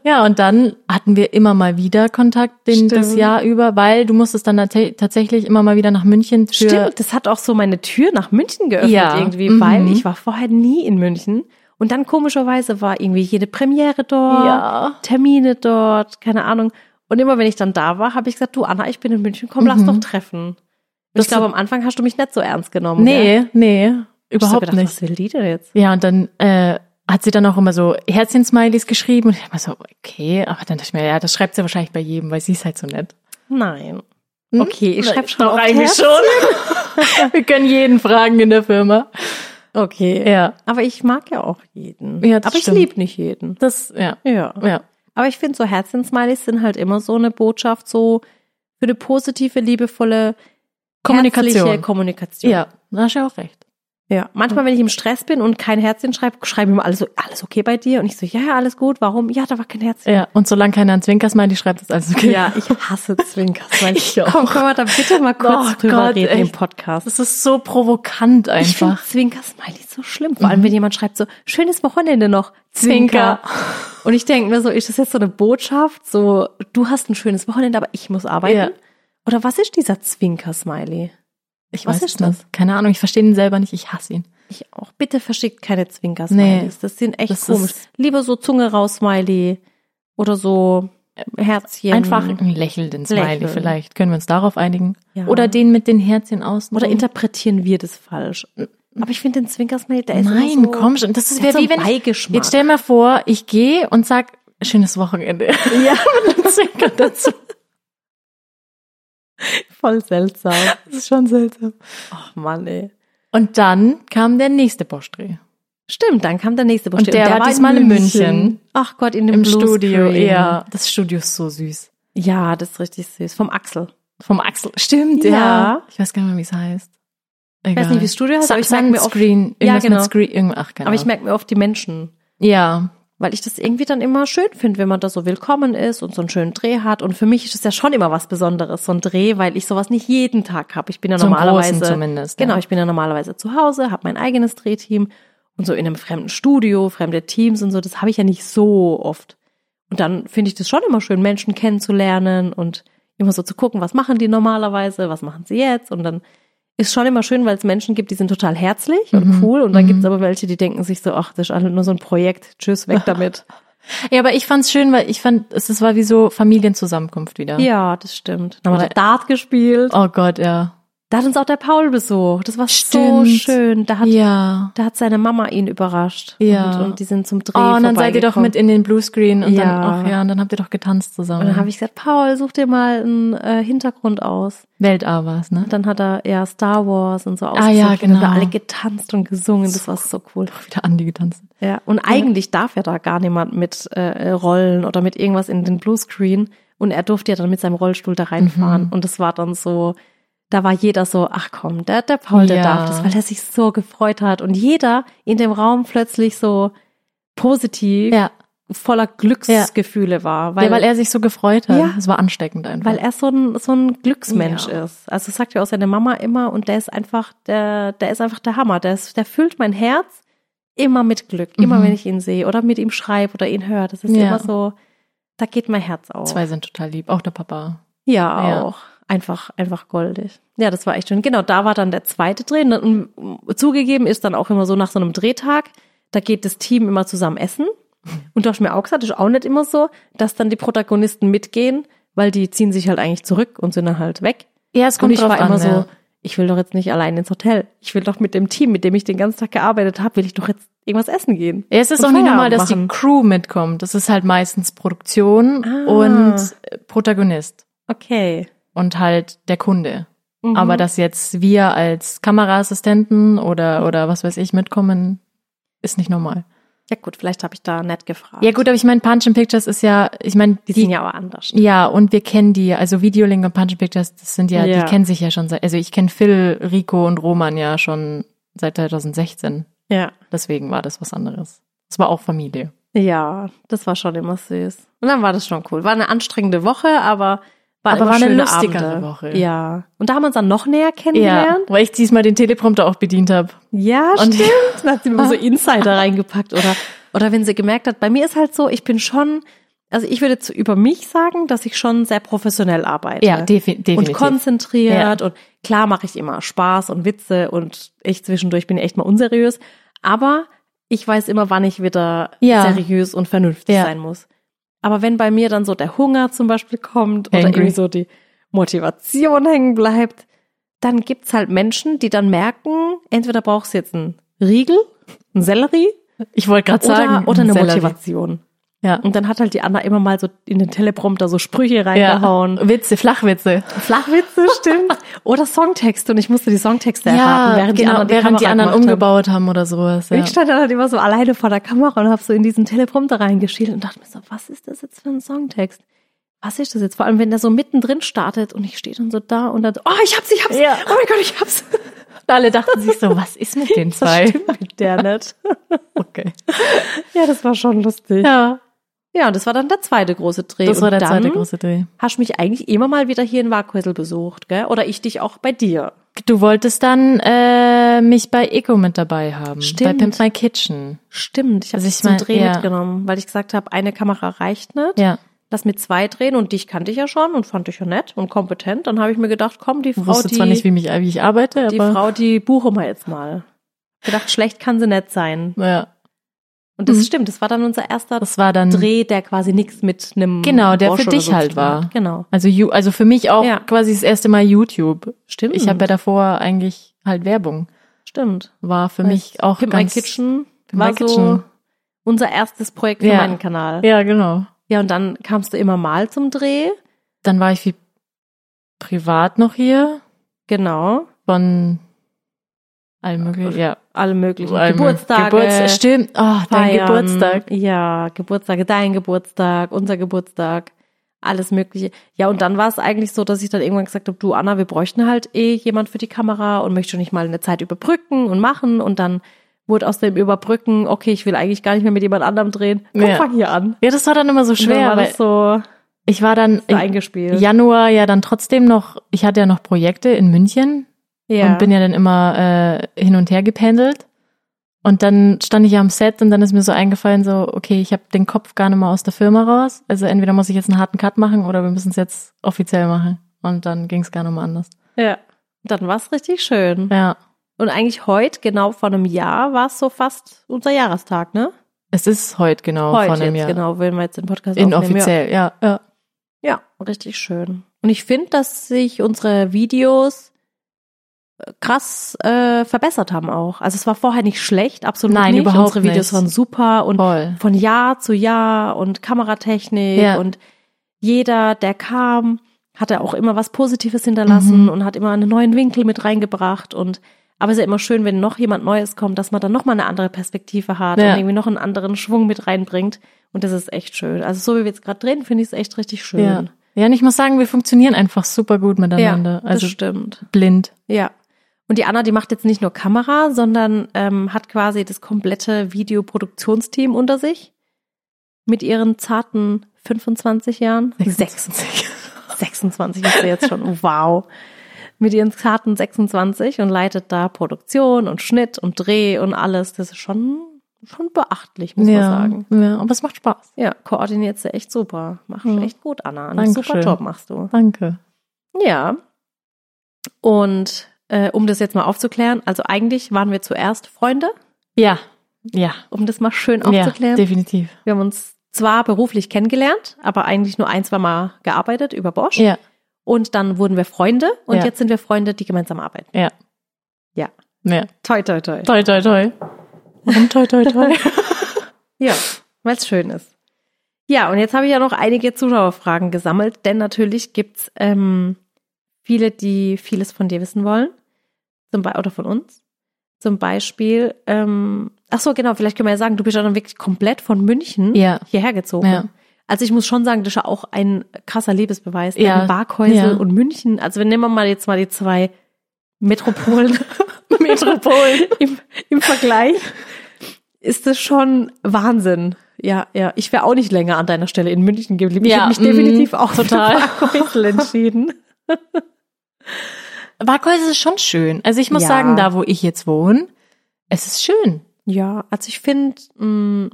B: Ja, und dann hatten wir immer mal wieder Kontakt den, das
A: Stimmt.
B: Jahr über, weil du musstest dann tate- tatsächlich immer mal wieder nach München für
A: Stimmt, das hat auch so meine Tür nach München geöffnet
B: Ja,
A: irgendwie,
B: mhm.
A: weil ich war vorher nie in München und dann komischerweise war irgendwie jede Premiere dort,
B: Ja.
A: Termine dort, keine Ahnung. Und immer wenn ich dann da war, habe ich gesagt, du Anna, ich bin in München, komm, lass doch treffen. Und ich
B: Mhm. Das-
A: glaube, am Anfang hast du mich nicht so ernst genommen. gell?
B: Nee, nee,
A: Ich hab so
B: überhaupt
A: gedacht,
B: nicht.
A: Was will die denn jetzt?
B: Ja, und dann äh, hat sie dann auch immer so Herzchen-Smileys geschrieben und ich dachte mir so, okay, aber dann dachte ich mir, ja, das schreibt sie wahrscheinlich bei jedem, weil sie ist halt so nett.
A: Nein.
B: Hm?
A: Okay, ich
B: Na,
A: schreibe schon
B: doch
A: auf
B: eigentlich
A: Herz.
B: schon. [laughs] Wir können jeden fragen in der Firma.
A: Okay.
B: Ja,
A: Aber ich mag ja auch jeden.
B: Ja, das
A: Aber ich
B: stimmt.
A: lieb nicht jeden.
B: das, ja,
A: Ja.
B: ja.
A: Aber ich finde, so Herzensmilies sind halt immer so eine Botschaft, so für eine positive, liebevolle
B: Kommunikation.
A: herzliche Kommunikation.
B: Ja, da hast du ja auch recht.
A: ja. Manchmal, wenn ich im Stress bin und kein Herzchen schreibe, schreiben mir alle so, alles okay bei dir? Und ich so, ja, ja, alles gut. Warum? Ja, da war kein Herzchen.
B: Ja, und solange keiner ein Zwinker-Smiley schreibt, ist alles okay.
A: Ja, [laughs] ich hasse Zwinkersmiley.
B: [laughs] Ich auch.
A: Komm, können wir da bitte mal kurz
B: Oh
A: drüber
B: Gott,
A: reden im
B: echt.
A: Podcast.
B: Das ist so provokant
A: Ich finde
B: einfach. Mhm.
A: Zwinkersmiley so schlimm. Vor allem, wenn jemand schreibt so, schönes Wochenende noch. Zwinker.
B: Zwinker.
A: Und ich denke mir so, ist das jetzt so eine Botschaft? So, du hast ein schönes Wochenende, aber ich muss arbeiten?
B: Ja.
A: Oder was ist dieser Zwinker-Smiley?
B: Ich
A: Was
B: weiß
A: ist
B: es nicht. Keine Ahnung, ich verstehe ihn selber nicht, ich hasse ihn.
A: Ich auch. Bitte verschickt keine Zwinker-Smileys.
B: Nee.
A: Das sind echt
B: Das ist-
A: komisch. Lieber so Zunge raus-Smiley oder so Herzchen.
B: Einfach einen lächelnden Smiley
A: Lächeln.
B: vielleicht. Können wir uns darauf einigen?
A: Ja.
B: Oder den mit den Herzchen außen.
A: Oder
B: rum.
A: interpretieren wir das falsch? Aber ich finde den Zwinker-Smiley, der ist immer
B: Nein,
A: Also so,
B: komm schon. Das ist
A: der
B: wäre
A: hat so
B: wie wenn.
A: einen
B: Ich,
A: Beigeschmack.
B: jetzt stell mir vor, ich gehe und sag schönes Wochenende. [laughs]
A: [laughs] Ja,
B: Zwinker dazu.
A: voll seltsam.
B: Das ist schon seltsam.
A: Ach Mann, ey.
B: Und dann kam der nächste Boschdreh.
A: Stimmt, dann kam der nächste Buchstabe.
B: der war diesmal in München.
A: Ach Gott, in dem
B: Im
A: Blue
B: Studio.
A: Screen.
B: Ja, das Studio ist so süß.
A: Ja, das ist richtig süß. Vom Axel.
B: Vom Axel. Stimmt, ja.
A: Ja.
B: Ich weiß gar nicht mehr, wie es heißt.
A: Ich
B: Egal.
A: weiß nicht, wie das Studio heißt, aber ich merke mir oft,
B: Sunscreen,
A: Ja,
B: irgendwas
A: genau.
B: mit Screen, irgendwas, ach, genau.
A: aber ich merke mir oft die Menschen.
B: ja,
A: Weil ich das irgendwie dann immer schön finde, wenn man da so willkommen ist und so einen schönen Dreh hat. Und für mich ist es ja schon immer was Besonderes, so ein Dreh, weil ich sowas nicht jeden Tag habe. Ich bin ja
B: Zum
A: normalerweise.
B: Großen zumindest.
A: Genau,
B: ja.
A: ich bin ja normalerweise zu Hause, habe mein eigenes Drehteam und so in einem fremden Studio, fremde Teams und so, das habe ich ja nicht so oft. Und dann finde ich das schon immer schön, Menschen kennenzulernen und immer so zu gucken, was machen die normalerweise, was machen sie jetzt und dann ist schon immer schön, weil es Menschen gibt, die sind total herzlich und
B: Mhm.
A: cool und dann
B: Mhm.
A: gibt es aber welche, die denken sich so, ach, das ist alles nur so ein Projekt, tschüss, weg damit.
B: [laughs] Ja, aber ich fand's schön, weil ich fand, es, es war wie so Familienzusammenkunft wieder.
A: ja, das stimmt. Dann haben wir
B: Oder-
A: Dart gespielt.
B: Oh Gott, ja.
A: Da hat uns auch der Paul besucht. Das war so
B: Stimmt.
A: schön. Da hat,
B: ja.
A: da hat seine Mama ihn überrascht.
B: Ja.
A: Und, und die sind zum Dreh.
B: Oh, und dann seid ihr doch
A: vorbeigekommen.
B: mit in den Bluescreen und
A: Ja.
B: dann, ach ja, und dann habt ihr doch getanzt
A: Und
B: zusammen.
A: dann habe ich gesagt, Paul, such dir mal einen äh, Hintergrund aus.
B: Weltall war's, ne?
A: Und dann hat er ja Star Wars und so
B: Ah, ja,
A: ausgesucht. Und
B: genau.
A: wir alle getanzt und gesungen. Das war so cool.
B: Wieder Andi getanzt.
A: Ja. Und eigentlich darf ja da gar niemand mit äh, Rollen oder mit irgendwas in den Bluescreen. Und er durfte ja dann mit seinem Rollstuhl da reinfahren. Und das war dann so, da war jeder so, ach komm, der, der Paul, der
B: Ja.
A: darf das, weil er sich so gefreut hat. Und jeder in dem Raum plötzlich so positiv,
B: Ja.
A: voller Glücksgefühle war.
B: Weil, ja, weil er sich so gefreut hat.
A: Ja.
B: Es war ansteckend einfach.
A: Weil er so ein, so ein Glücksmensch
B: Ja.
A: ist. Also das sagt ja auch seine Mama immer und der ist einfach, der, der ist einfach der Hammer. Der, ist, der füllt mein Herz immer mit Glück. Immer
B: Mhm.
A: wenn ich ihn sehe oder mit ihm schreibe oder ihn höre. Das ist
B: Ja.
A: immer so, da geht mein Herz auf.
B: Zwei sind total lieb, auch der Papa.
A: Ja,
B: Ja.
A: auch. Einfach, einfach goldig. Ja, das war echt schön. Genau, da war dann der zweite Dreh. Und dann, mm, zugegeben ist dann auch immer so nach so einem Drehtag, da geht das Team immer zusammen essen. Und du hast mir auch gesagt, ist auch nicht immer so, dass dann die Protagonisten mitgehen, weil die ziehen sich halt eigentlich zurück und sind dann halt weg.
B: Ja, es
A: und ich war immer
B: ja.
A: so, ich will doch jetzt nicht allein ins Hotel. Ich will doch mit dem Team, mit dem ich den ganzen Tag gearbeitet habe, will ich doch jetzt irgendwas essen gehen.
B: Ja, es ist
A: und
B: auch nicht
A: Feierabend
B: normal, dass
A: machen.
B: die Crew mitkommt. Das ist halt meistens Produktion
A: Ah.
B: und äh, Protagonist
A: Okay.
B: und halt der Kunde.
A: Mhm.
B: Aber dass jetzt wir als Kameraassistenten oder, oder was weiß ich mitkommen, ist nicht normal.
A: Ja gut, vielleicht habe ich da nett gefragt.
B: Ja gut, aber ich meine, Punch and Pictures ist ja, ich meine,
A: die, sind ja auch anders.
B: Ja, und wir kennen die, also Videolink und Punch and Pictures, das sind ja,
A: Ja.
B: die kennen sich ja schon seit, also ich kenne Phil, Rico und Roman ja schon seit 2016.
A: Ja.
B: Deswegen war das was anderes. Es war auch Familie.
A: Ja, das war schon immer süß. Und dann war das schon cool. War eine anstrengende Woche, aber war,
B: Aber
A: immer
B: war eine
A: schöne
B: lustigere
A: Abende.
B: Woche.
A: Ja. Und da haben wir uns dann noch näher kennengelernt.
B: weil ich diesmal den Teleprompter auch bedient habe.
A: Ja, [laughs]
B: Und-
A: stimmt. Dann hat sie immer so [laughs] Insider reingepackt oder, oder wenn sie gemerkt hat, bei mir ist halt so, ich bin schon, also ich würde zu, über mich sagen, dass ich schon sehr professionell arbeite.
B: Ja, defi
A: und
B: definitiv.
A: konzentriert und klar mache ich immer Spaß und Witze und ich zwischendurch bin echt mal unseriös, aber ich weiß immer, wann ich wieder
B: Ja.
A: seriös und vernünftig
B: Ja.
A: sein muss. Aber wenn bei mir dann so der Hunger zum Beispiel kommt oder
B: Hangry.
A: irgendwie so die Motivation hängen bleibt, dann gibt's halt Menschen, die dann merken, entweder brauchst du jetzt einen Riegel, einen Sellerie
B: ich wollte gerade
A: oder,
B: sagen,
A: oder eine
B: Sellerie.
A: Motivation.
B: Ja.
A: Und dann hat halt die Anna immer mal so in den Teleprompter so Sprüche reingehauen.
B: ja. Witze, Flachwitze.
A: Flachwitze, stimmt. [laughs] Oder Songtexte. Und ich musste die Songtexte erraten, während die
B: genau,
A: anderen, die
B: während die
A: Kamera
B: anderen
A: gemacht haben.
B: umgebaut haben oder sowas. Ja.
A: Ich stand dann halt immer so alleine vor der Kamera und habe so in diesen Teleprompter reingeschielt und dachte mir so, was ist das jetzt für ein Songtext? Was ist das jetzt? Vor allem, wenn der so mittendrin startet und ich stehe dann so da und dann, so, oh, ich hab's, ich hab's,
B: Ja.
A: oh mein Gott, ich hab's. [laughs]
B: Alle dachten sich so, was ist [laughs] mit den
A: Das
B: zwei?
A: stimmt mit der nicht.
B: Okay.
A: [laughs] Ja, das war schon lustig. Ja,
B: Ja,
A: und das war dann der zweite große Dreh.
B: das war
A: und
B: der
A: dann
B: zweite große Dreh.
A: Hast du mich eigentlich immer mal wieder hier in Waghäusl besucht, gell? Oder ich dich auch bei dir.
B: Du wolltest dann äh, mich bei Eco mit dabei haben. Bei
A: Stimmt.
B: Pimp My Kitchen.
A: Stimmt, ich habe
B: Also
A: dich
B: ich
A: zum
B: mein,
A: Dreh
B: ja.
A: mitgenommen, weil ich gesagt habe, eine Kamera reicht nicht.
B: Ja.
A: Lass mir zwei drehen und dich kannte ich ja schon und fand ich ja nett und kompetent. Dann habe ich mir gedacht, komm, die
B: Ich
A: Frau,
B: wusste
A: die,
B: zwar nicht, wie, mich, wie ich arbeite,
A: die
B: aber.
A: Frau, die buchen wir jetzt mal. Gedacht, schlecht kann sie nett sein.
B: ja.
A: Und das
B: Mhm.
A: stimmt, das war dann unser erster
B: Das war dann.
A: Dreh, der quasi nichts mit einem
B: Genau, der
A: Bosch
B: für
A: oder
B: dich
A: so
B: halt
A: zu tun hat.
B: war.
A: Genau,
B: Also, you, also für mich auch
A: Ja. Hm.
B: quasi das erste Mal YouTube.
A: stimmt.
B: Ich habe ja davor eigentlich halt Werbung.
A: stimmt.
B: War für
A: Weil
B: mich auch
A: Pimp My
B: ganz.
A: Kitchen
B: Pimp
A: war
B: My Kitchen.
A: so unser erstes Projekt für
B: Ja.
A: meinen Kanal.
B: Ja, genau.
A: ja, und dann kamst du immer mal zum Dreh.
B: Dann war ich wie privat noch hier
A: Genau.
B: von allem möglichen. Ja.
A: alle möglichen
B: allem-
A: Geburtstage.
B: Geburts- stimmt. Oh, dein
A: Feiern.
B: Geburtstag.
A: Ja, Geburtstage, dein Geburtstag, unser Geburtstag, alles Mögliche. Ja, und dann war es eigentlich so, dass ich dann irgendwann gesagt habe, du Anna, wir bräuchten halt eh jemand für die Kamera und möchtest du nicht mal eine Zeit überbrücken und machen und dann wurde aus dem Überbrücken, okay, ich will eigentlich gar nicht mehr mit jemand anderem drehen. Komm,
B: Ja.
A: fang hier an.
B: Ja, das war dann immer so
A: Und dann
B: schwer,
A: war
B: weil
A: das so,
B: ich war dann,
A: so eingespielt.
B: Januar ja dann trotzdem noch, ich hatte ja noch Projekte in München
A: ja.
B: und bin ja dann immer äh, hin und her gependelt. Und dann stand ich am Set und dann ist mir so eingefallen, so, okay, ich habe den Kopf gar nicht mal aus der Firma raus. Also entweder muss ich jetzt einen harten Cut machen oder wir müssen es jetzt offiziell machen. Und dann ging es gar nicht mal anders.
A: ja. Dann war es richtig schön.
B: Ja,
A: Und eigentlich heute, genau vor einem Jahr, war es so fast unser Jahrestag, ne?
B: es ist heute genau
A: heute
B: vor einem
A: jetzt
B: Jahr.
A: genau, wenn wir jetzt den Podcast aufnehmen. Ja.
B: Inoffiziell, ja. ja.
A: ja, richtig schön. Und ich finde, dass sich unsere Videos krass äh, verbessert haben auch. Also es war vorher nicht schlecht, absolut
B: Nein,
A: nicht.
B: überhaupt
A: Unsere Videos
B: nicht.
A: waren super und
B: Voll.
A: von Jahr zu Jahr und Kameratechnik
B: Ja.
A: und jeder, der kam, hat er auch immer was Positives hinterlassen
B: Mhm.
A: und hat immer einen neuen Winkel mit reingebracht und aber es ist ja immer schön, wenn noch jemand Neues kommt, dass man dann nochmal eine andere Perspektive hat
B: Ja.
A: und irgendwie noch einen anderen Schwung mit reinbringt. Und das ist echt schön. Also so wie wir jetzt gerade drehen, finde ich es echt richtig schön.
B: Ja. ja, und ich muss sagen, wir funktionieren einfach super gut miteinander.
A: das
B: also
A: stimmt.
B: blind.
A: Ja. Und die Anna, die macht jetzt nicht nur Kamera, sondern ähm, hat quasi das komplette Videoproduktionsteam unter sich. Mit ihren zarten 25 Jahren. [laughs]
B: 26.
A: 26 ist sie jetzt schon. Wow. Mit ihren zarten 26 und leitet da Produktion und Schnitt und Dreh und alles. Das ist schon, schon beachtlich, muss
B: ja.
A: man sagen.
B: ja, aber es macht Spaß.
A: Ja, koordiniert sie echt super. Machst
B: Ja.
A: echt gut, Anna. Einen
B: Dankeschön.
A: super Job machst du.
B: Danke.
A: Ja. Und äh, um das jetzt mal aufzuklären, also eigentlich waren wir zuerst Freunde,
B: Ja, ja.
A: um das mal schön
B: Ja,
A: aufzuklären.
B: definitiv.
A: wir haben uns zwar beruflich kennengelernt, aber eigentlich nur ein, zwei Mal gearbeitet über Bosch.
B: Ja,
A: Und dann wurden wir Freunde und
B: Ja.
A: jetzt sind wir Freunde, die gemeinsam arbeiten.
B: ja.
A: Ja.
B: Ja.
A: Toi, toi, toi.
B: Toi, toi, toi. Warum toi, toi, [laughs] toi?
A: Ja, weil es schön ist. Ja, und jetzt habe ich ja noch einige Zuschauerfragen gesammelt, denn natürlich gibt's ähm, viele, die vieles von dir wissen wollen. Zum Beispiel, oder von uns. Zum Beispiel, ähm, ach so, genau, vielleicht können wir ja sagen, du bist ja dann wirklich komplett von München
B: Ja.
A: hierher gezogen.
B: Ja.
A: Also ich muss schon sagen, das ist ja auch ein krasser Liebesbeweis.
B: Ja.
A: Ja. Barkhäusel
B: Ja.
A: und München. Also wir nehmen wir mal jetzt mal die zwei
B: [laughs]
A: Metropolen
B: Metropolen.
A: im, im Vergleich ist das schon Wahnsinn. Ja, ja. Ich wäre auch nicht länger an deiner Stelle in München geblieben. Ich
B: Ja,
A: habe mich
B: mm,
A: definitiv auch
B: total.
A: für Barkhäusl entschieden.
B: Barkhäuser ist schon schön. Also ich muss
A: Ja.
B: sagen, da wo ich jetzt wohne, es ist schön.
A: Ja, also ich finde,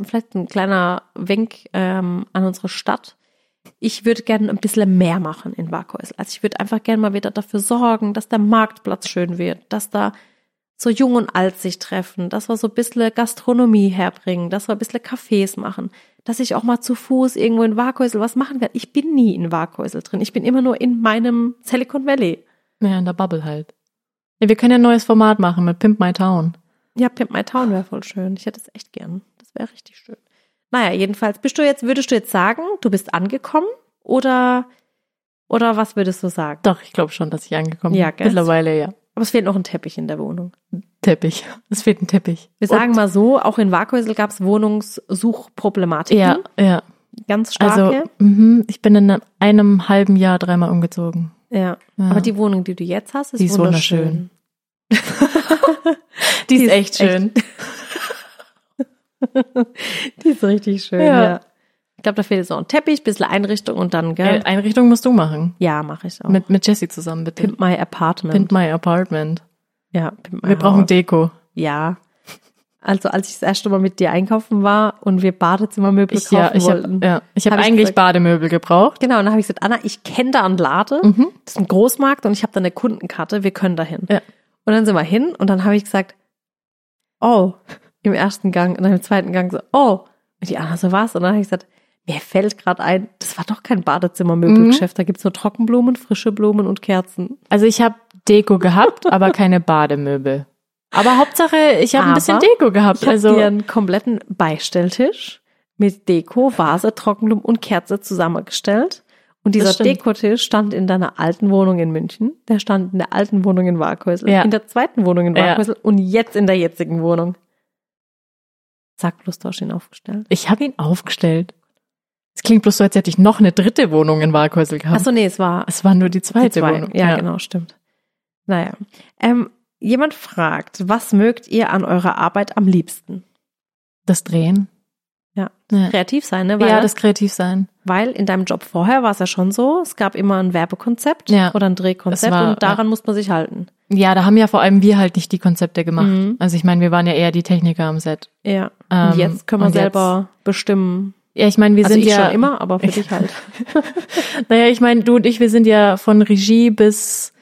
A: vielleicht ein kleiner Wink ähm, an unsere Stadt. Ich würde gerne ein bisschen mehr machen in Warkhäusl. Also ich würde einfach gerne mal wieder dafür sorgen, dass der Marktplatz schön wird, dass da so jung und alt sich treffen, dass wir so ein bisschen Gastronomie herbringen, dass wir ein bisschen Cafés machen, dass ich auch mal zu Fuß irgendwo in Warkhäusl was machen werde. Ich bin nie in Warkhäusl drin. Ich bin immer nur in meinem Silicon Valley.
B: Ja, in der Bubble halt. Ja, wir können ja ein neues Format machen mit Pimp My Town.
A: Ja, Pimp My Town wäre voll schön. Ich hätte es echt gern. Das wäre richtig schön. Naja, jedenfalls bist du jetzt, würdest du jetzt sagen, du bist angekommen oder, oder was würdest du sagen?
B: Doch, ich glaube schon, dass ich angekommen
A: Ja,
B: bin.
A: gell?
B: Mittlerweile, ja.
A: Aber es fehlt noch ein Teppich in der Wohnung.
B: Teppich. Es fehlt ein Teppich.
A: Wir
B: Und-
A: sagen mal so, auch in Warkhäusl gab es Wohnungssuchproblematiken.
B: Ja, ja.
A: Ganz
B: Also,
A: starke.
B: mhm, ich bin in einem halben Jahr dreimal umgezogen.
A: ja.
B: Ja.
A: Aber die Wohnung, die du jetzt hast, ist,
B: Die ist
A: wunderschön.
B: [laughs] wunderschön. Die,
A: ist echt Die ist richtig schön,
B: Ja.
A: ja. Ich glaube, da fehlt so ein Teppich, ein bisschen Einrichtung und dann,
B: Äh,
A: gell?
B: Einrichtung musst du machen.
A: Ja, mache ich auch.
B: Mit, mit Jessie zusammen, bitte.
A: Pimp My Apartment.
B: Pimp My Apartment.
A: ja, Pimp My
B: Wir brauchen
A: House.
B: Deko.
A: Ja. Also als ich das erste Mal mit dir einkaufen war und wir Badezimmermöbel
B: Ich,
A: kaufen
B: ja, ich habe
A: wollten.
B: ja, ich hab
A: Hab ich
B: eigentlich
A: gesagt.
B: Bademöbel gebraucht.
A: Genau, und dann habe ich gesagt, Anna, ich kenne da einen Laden, das ist ein Großmarkt und ich habe da eine Kundenkarte, wir können da hin.
B: Mhm. Ja.
A: Und dann sind wir hin und dann habe ich gesagt, oh, im ersten Gang und dann im zweiten Gang so, oh. Und die Anna so, was? Und dann habe ich gesagt, mir fällt gerade ein, das war doch kein
B: Mhm.
A: Badezimmermöbelgeschäft, da gibt's nur Trockenblumen, frische Blumen und Kerzen.
B: Also ich habe Deko [laughs] gehabt, aber keine Bademöbel. Aber Hauptsache, ich habe ein
A: Aber
B: bisschen Deko gehabt.
A: Ich habe
B: Also
A: dir einen kompletten Beistelltisch mit Deko, Vase, Trockenblumen und Kerze zusammengestellt. Und dieser
B: Das stimmt.
A: Dekotisch stand in deiner alten Wohnung in München. Der stand in der alten Wohnung in Warkhäusl,
B: Ja.
A: in der zweiten Wohnung in
B: Ja.
A: Warkhäusl und jetzt in der jetzigen Wohnung. Sag bloß, du hast ihn aufgestellt.
B: ich habe ihn aufgestellt. Es klingt bloß so, als hätte ich noch eine dritte Wohnung in Warkhäusl gehabt.
A: Achso, nee, es war
B: Hm. es war nur die
A: die
B: zweite
A: zwei.
B: Wohnung.
A: Ja, genau, stimmt. Naja. Ähm, jemand fragt, was mögt ihr an eurer Arbeit am liebsten?
B: Das Drehen.
A: Ja.
B: Ja,
A: Kreativ sein, ne? Weil
B: ja das Kreativsein.
A: Weil in deinem Job vorher war es ja schon so, es gab immer ein Werbekonzept
B: Ja.
A: oder ein Drehkonzept
B: Das war-
A: und daran muss man sich halten.
B: Ja, da haben ja vor allem wir halt nicht die Konzepte gemacht.
A: Mhm.
B: Also ich meine, wir waren ja eher die Techniker am Set.
A: Ja.
B: Ähm,
A: und jetzt können wir
B: und jetzt-
A: selber bestimmen.
B: Ja, ich meine, wir
A: also
B: sind
A: ich
B: [laughs] ja
A: schon immer, aber für dich halt.
B: Naja, ich meine, du und ich, wir sind ja von Regie bis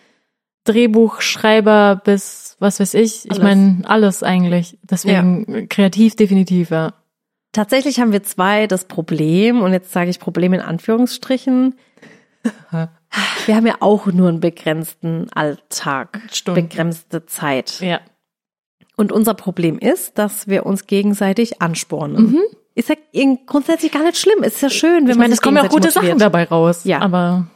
B: Drehbuchschreiber bis was weiß ich. Ich
A: Alles.
B: meine, alles eigentlich. Deswegen kreativ definitiv, ja.
A: Tatsächlich haben wir
B: [laughs]
A: zwei das Problem, und jetzt sage ich Problem in Anführungsstrichen. wir haben ja auch nur einen begrenzten Alltag,
B: Stunden.
A: begrenzte Zeit.
B: Ja.
A: Und unser Problem ist, dass wir uns gegenseitig anspornen. Ist ja in- grundsätzlich gar nicht schlimm. Ist ja schön, wenn
B: Mhm. Ich meine, es kommen ja auch gute Sachen
A: dabei.
B: dabei raus.
A: Ja.
B: Aber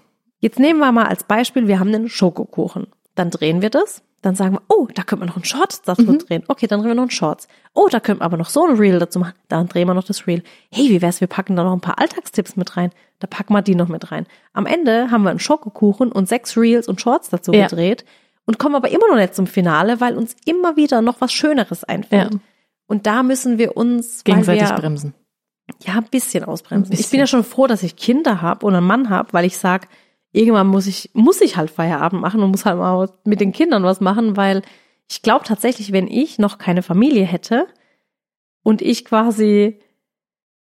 A: Jetzt nehmen wir mal als Beispiel, wir haben einen Schokokuchen. Dann drehen wir das. Dann sagen wir, oh, da könnte man noch einen Shorts dazu
B: Mhm.
A: drehen. Okay, dann drehen wir noch einen Shorts. Oh, da könnte man aber noch so ein Reel dazu machen. Dann drehen wir noch das Reel. Hey, wie wär's, wir packen da noch ein paar Alltagstipps mit rein. Da packen wir die noch mit rein. Am Ende haben wir einen Schokokuchen und sechs Reels und Shorts dazu
B: Ja.
A: gedreht und kommen aber immer noch nicht zum Finale, weil uns immer wieder noch was Schöneres einfällt.
B: Ja.
A: Und da müssen wir uns, weil
B: gegenseitig
A: wir
B: bremsen.
A: ja, ein bisschen ausbremsen.
B: Ein
A: Ich bin ja schon froh, dass ich Kinder habe oder einen Mann habe, weil ich sag, irgendwann muss ich, muss ich halt Feierabend machen und muss halt mal mit den Kindern was machen, weil ich glaube tatsächlich, wenn ich noch keine Familie hätte und ich quasi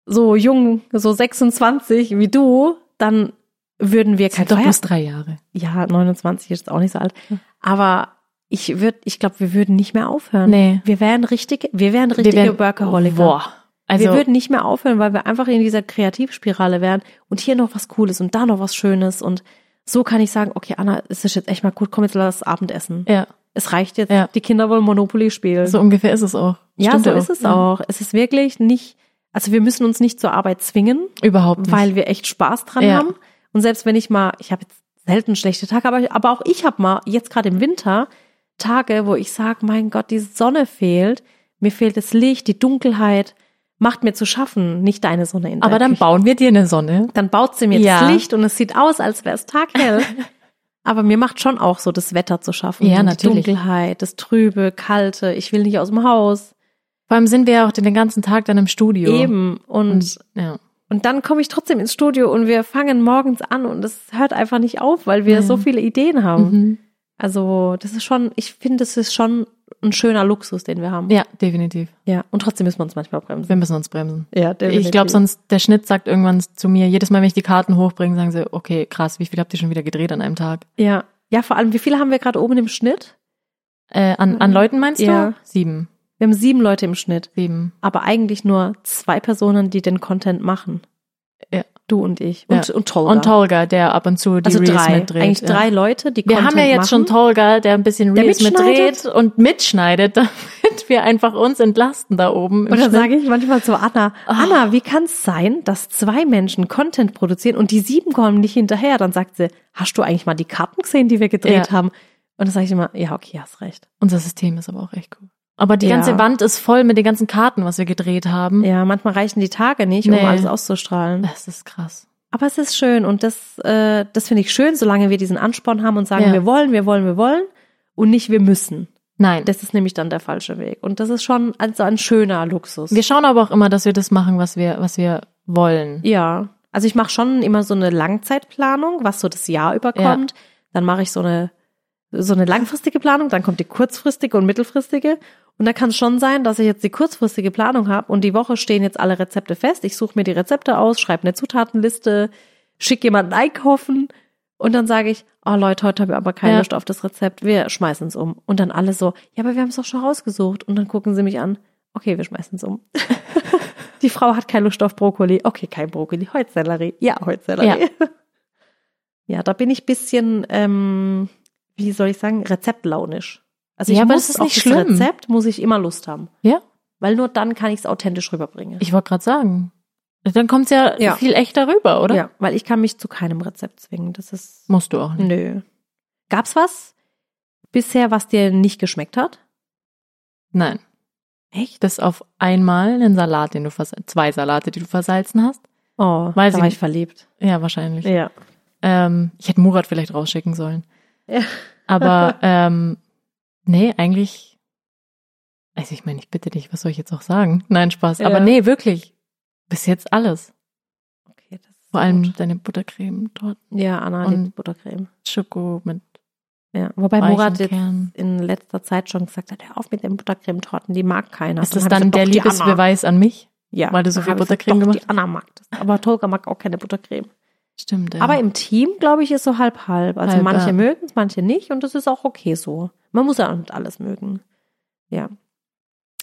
A: so jung, so 26 wie du, dann würden wir kein
B: Sind doch
A: Feierabend
B: bloß drei Jahre.
A: ja, 29 ist auch nicht so alt. Aber ich würde, ich glaube, wir würden nicht mehr aufhören.
B: Nee.
A: Wir wären richtig, wir wären richtige
B: werden-
A: Workaholiker.
B: Boah. Also,
A: wir würden nicht mehr aufhören, weil wir einfach in dieser Kreativspirale wären und hier noch was Cooles und da noch was Schönes und so kann ich sagen, okay, Anna, es ist jetzt echt mal gut, komm jetzt lass das Abendessen.
B: ja,
A: Es reicht jetzt,
B: Ja.
A: die Kinder wollen Monopoly spielen.
B: so ungefähr ist es auch.
A: ja,
B: Stimmt
A: so ist es
B: Ja.
A: auch. Es ist wirklich nicht, also wir müssen uns nicht zur Arbeit zwingen,
B: Überhaupt nicht.
A: weil wir echt Spaß dran
B: Ja.
A: haben. Und selbst wenn ich mal, ich habe jetzt selten schlechte Tage, aber, aber auch ich habe mal, jetzt gerade im Winter, Tage, wo ich sage, mein Gott, die Sonne fehlt, mir fehlt das Licht, die Dunkelheit, macht mir zu schaffen, nicht deine Sonne in der
B: aber dann
A: Küche.
B: bauen wir dir eine Sonne.
A: dann baut sie mir
B: Ja.
A: das Licht und es sieht aus, als wäre es taghell. [laughs] aber mir macht schon auch so das Wetter zu schaffen.
B: Ja,
A: die
B: natürlich.
A: Dunkelheit, das Trübe, Kalte, ich will nicht aus dem Haus.
B: Vor allem sind wir ja auch den ganzen Tag dann im Studio.
A: Eben. und
B: Und, ja.
A: Und dann komme ich trotzdem ins Studio und wir fangen morgens an und es hört einfach nicht auf, weil wir
B: Ja.
A: so viele Ideen haben.
B: Mhm.
A: Also das ist schon, ich finde, das ist schon ein schöner Luxus, den wir haben.
B: ja, definitiv.
A: Ja. Und trotzdem müssen wir uns manchmal bremsen.
B: Wir müssen uns bremsen.
A: Ja, definitiv.
B: Ich glaube, sonst der Schnitt sagt irgendwann zu mir, jedes Mal, wenn ich die Karten hochbringe, sagen sie, okay, krass, wie viel habt ihr schon wieder gedreht an einem Tag?
A: Ja. Ja, vor allem, wie viele haben wir gerade oben im Schnitt?
B: Äh, an, an Leuten meinst
A: Mhm. Ja.
B: du? Sieben.
A: Wir haben sieben Leute im Schnitt,
B: Sieben.
A: aber eigentlich nur zwei Personen, die den Content machen.
B: Ja.
A: Du und ich. Und,
B: Ja.
A: und Tolga.
B: Und Tolga, der ab und zu die
A: also
B: Reels
A: drei.
B: mitdreht.
A: Eigentlich
B: ja.
A: drei Leute, die
B: Wir
A: Content
B: haben ja jetzt
A: machen.
B: schon Tolga, der ein bisschen
A: Der
B: Reels
A: mitschneidet.
B: mitdreht und mitschneidet, [laughs] damit wir einfach uns entlasten da oben.
A: Und
B: im
A: dann
B: Schnitt.
A: sage ich manchmal zu Anna,
B: Ah.
A: Anna, wie kann es sein, dass zwei Menschen Content produzieren und die sieben kommen nicht hinterher? Dann sagt sie, hast du eigentlich mal die Karten gesehen, die wir gedreht
B: Ja.
A: haben? Und dann sage ich immer, ja, okay, hast recht.
B: Unser System ist aber auch echt cool. Aber die
A: Ja.
B: ganze Wand ist voll mit den ganzen Karten, was wir gedreht haben.
A: Ja, manchmal reichen die Tage nicht,
B: Nee.
A: um alles auszustrahlen.
B: Das ist krass.
A: Aber es ist schön und das, äh, das finde ich schön, solange wir diesen Ansporn haben und sagen,
B: Ja.
A: wir wollen, wir wollen, wir wollen und nicht wir müssen.
B: Nein.
A: Das ist nämlich dann der falsche Weg. Und das ist schon also ein schöner Luxus.
B: Wir schauen aber auch immer, dass wir das machen, was wir, was wir wollen.
A: Ja, also ich mache schon immer so eine Langzeitplanung, was so das Jahr über
B: Ja.
A: kommt. Dann mache ich so eine so eine langfristige Planung, dann kommt die kurzfristige und mittelfristige. Und da kann es schon sein, dass ich jetzt die kurzfristige Planung habe und die Woche stehen jetzt alle Rezepte fest. Ich suche mir die Rezepte aus, schreibe eine Zutatenliste, schicke jemanden einkaufen und dann sage ich, oh Leute, heute habe ich aber keine
B: Ja.
A: Lust auf das Rezept, wir schmeißen es um. Und dann alle so, ja, aber wir haben es doch schon rausgesucht. Und dann gucken sie mich an, okay, wir schmeißen es um. [laughs] Die Frau hat keine Lust auf Brokkoli. Okay, kein Brokkoli. Heute Sellerie. Ja, heute Sellerie. [laughs] Ja. da bin ich bisschen, ähm, wie soll ich sagen, rezeptlaunisch. Also ich
B: Ja, aber
A: muss
B: das ist
A: auf
B: nicht
A: das
B: schlimm.
A: Rezept muss ich immer Lust haben.
B: Ja.
A: Weil nur dann kann ich es authentisch rüberbringen.
B: Ich wollte gerade sagen. Dann kommt's ja,
A: Ja.
B: viel echter rüber, oder?
A: Ja, weil ich kann mich zu keinem Rezept zwingen. Das ist,
B: Musst du auch nicht.
A: nö. Gab's was bisher, was dir nicht geschmeckt hat?
B: Nein.
A: Echt?
B: Bis auf einmal einen Salat, den du vers zwei Salate, die du versalzen hast.
A: Oh,
B: Weiß
A: da
B: ich
A: war
B: nicht.
A: ich verliebt.
B: Ja, wahrscheinlich.
A: Ja.
B: Ähm, ich hätte Murat vielleicht rausschicken sollen.
A: Ja. [laughs]
B: Aber ähm, nee, eigentlich. Also ich meine, ich bitte dich, was soll ich jetzt auch sagen? Nein, Spaß.
A: Ja.
B: Aber nee, wirklich. Bis jetzt alles.
A: Okay, das ist
B: Vor allem
A: gut.
B: deine Buttercreme, dort
A: Ja, Anna
B: Und-
A: liebt Buttercreme.
B: Schoko mit
A: Ja. Wobei Murat
B: Murat
A: jetzt
B: Kern.
A: in letzter Zeit schon gesagt hat, hör auf mit den Buttercremetorten, die mag keiner.
B: Ist das
A: hab ich
B: dann
A: gesagt,
B: der
A: doch, die Anna.
B: Liebesbeweis an mich?
A: Ja,
B: weil du so
A: dann
B: viel
A: hab ich
B: Buttercreme
A: gesagt, doch,
B: gemacht
A: Die Anna mag das. Aber Tolga mag auch keine Buttercreme.
B: Stimmt. Ja.
A: Aber im Team, glaube ich, ist so halb halb. Also
B: Halb,
A: manche
B: ja.
A: mögen es, manche nicht. Und das ist auch okay so. Man muss ja auch nicht alles mögen. Ja.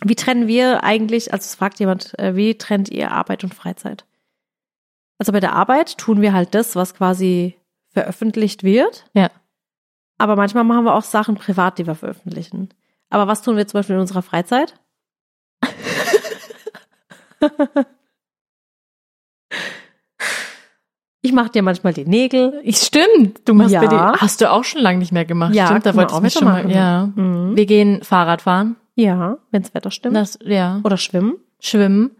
A: Wie trennen wir eigentlich, also es fragt jemand, äh, wie trennt ihr Arbeit und Freizeit? Also bei der Arbeit tun wir halt das, was quasi veröffentlicht wird.
B: Ja.
A: Aber manchmal machen wir auch Sachen privat, die wir veröffentlichen. Aber was tun wir zum Beispiel in unserer Freizeit? ich mache dir manchmal die Nägel.
B: Ich stimmt. Du machst
A: Ja.
B: mir die, hast du auch schon lange nicht mehr gemacht.
A: Ja,
B: stimmt, da
A: kann man
B: wollte ich
A: auch
B: mich
A: wieder
B: schon mal.
A: machen.
B: Ja.
A: Mhm.
B: Wir gehen Fahrrad fahren.
A: Ja, wenns Wetter stimmt.
B: Das, ja.
A: Oder schwimmen.
B: Schwimmen.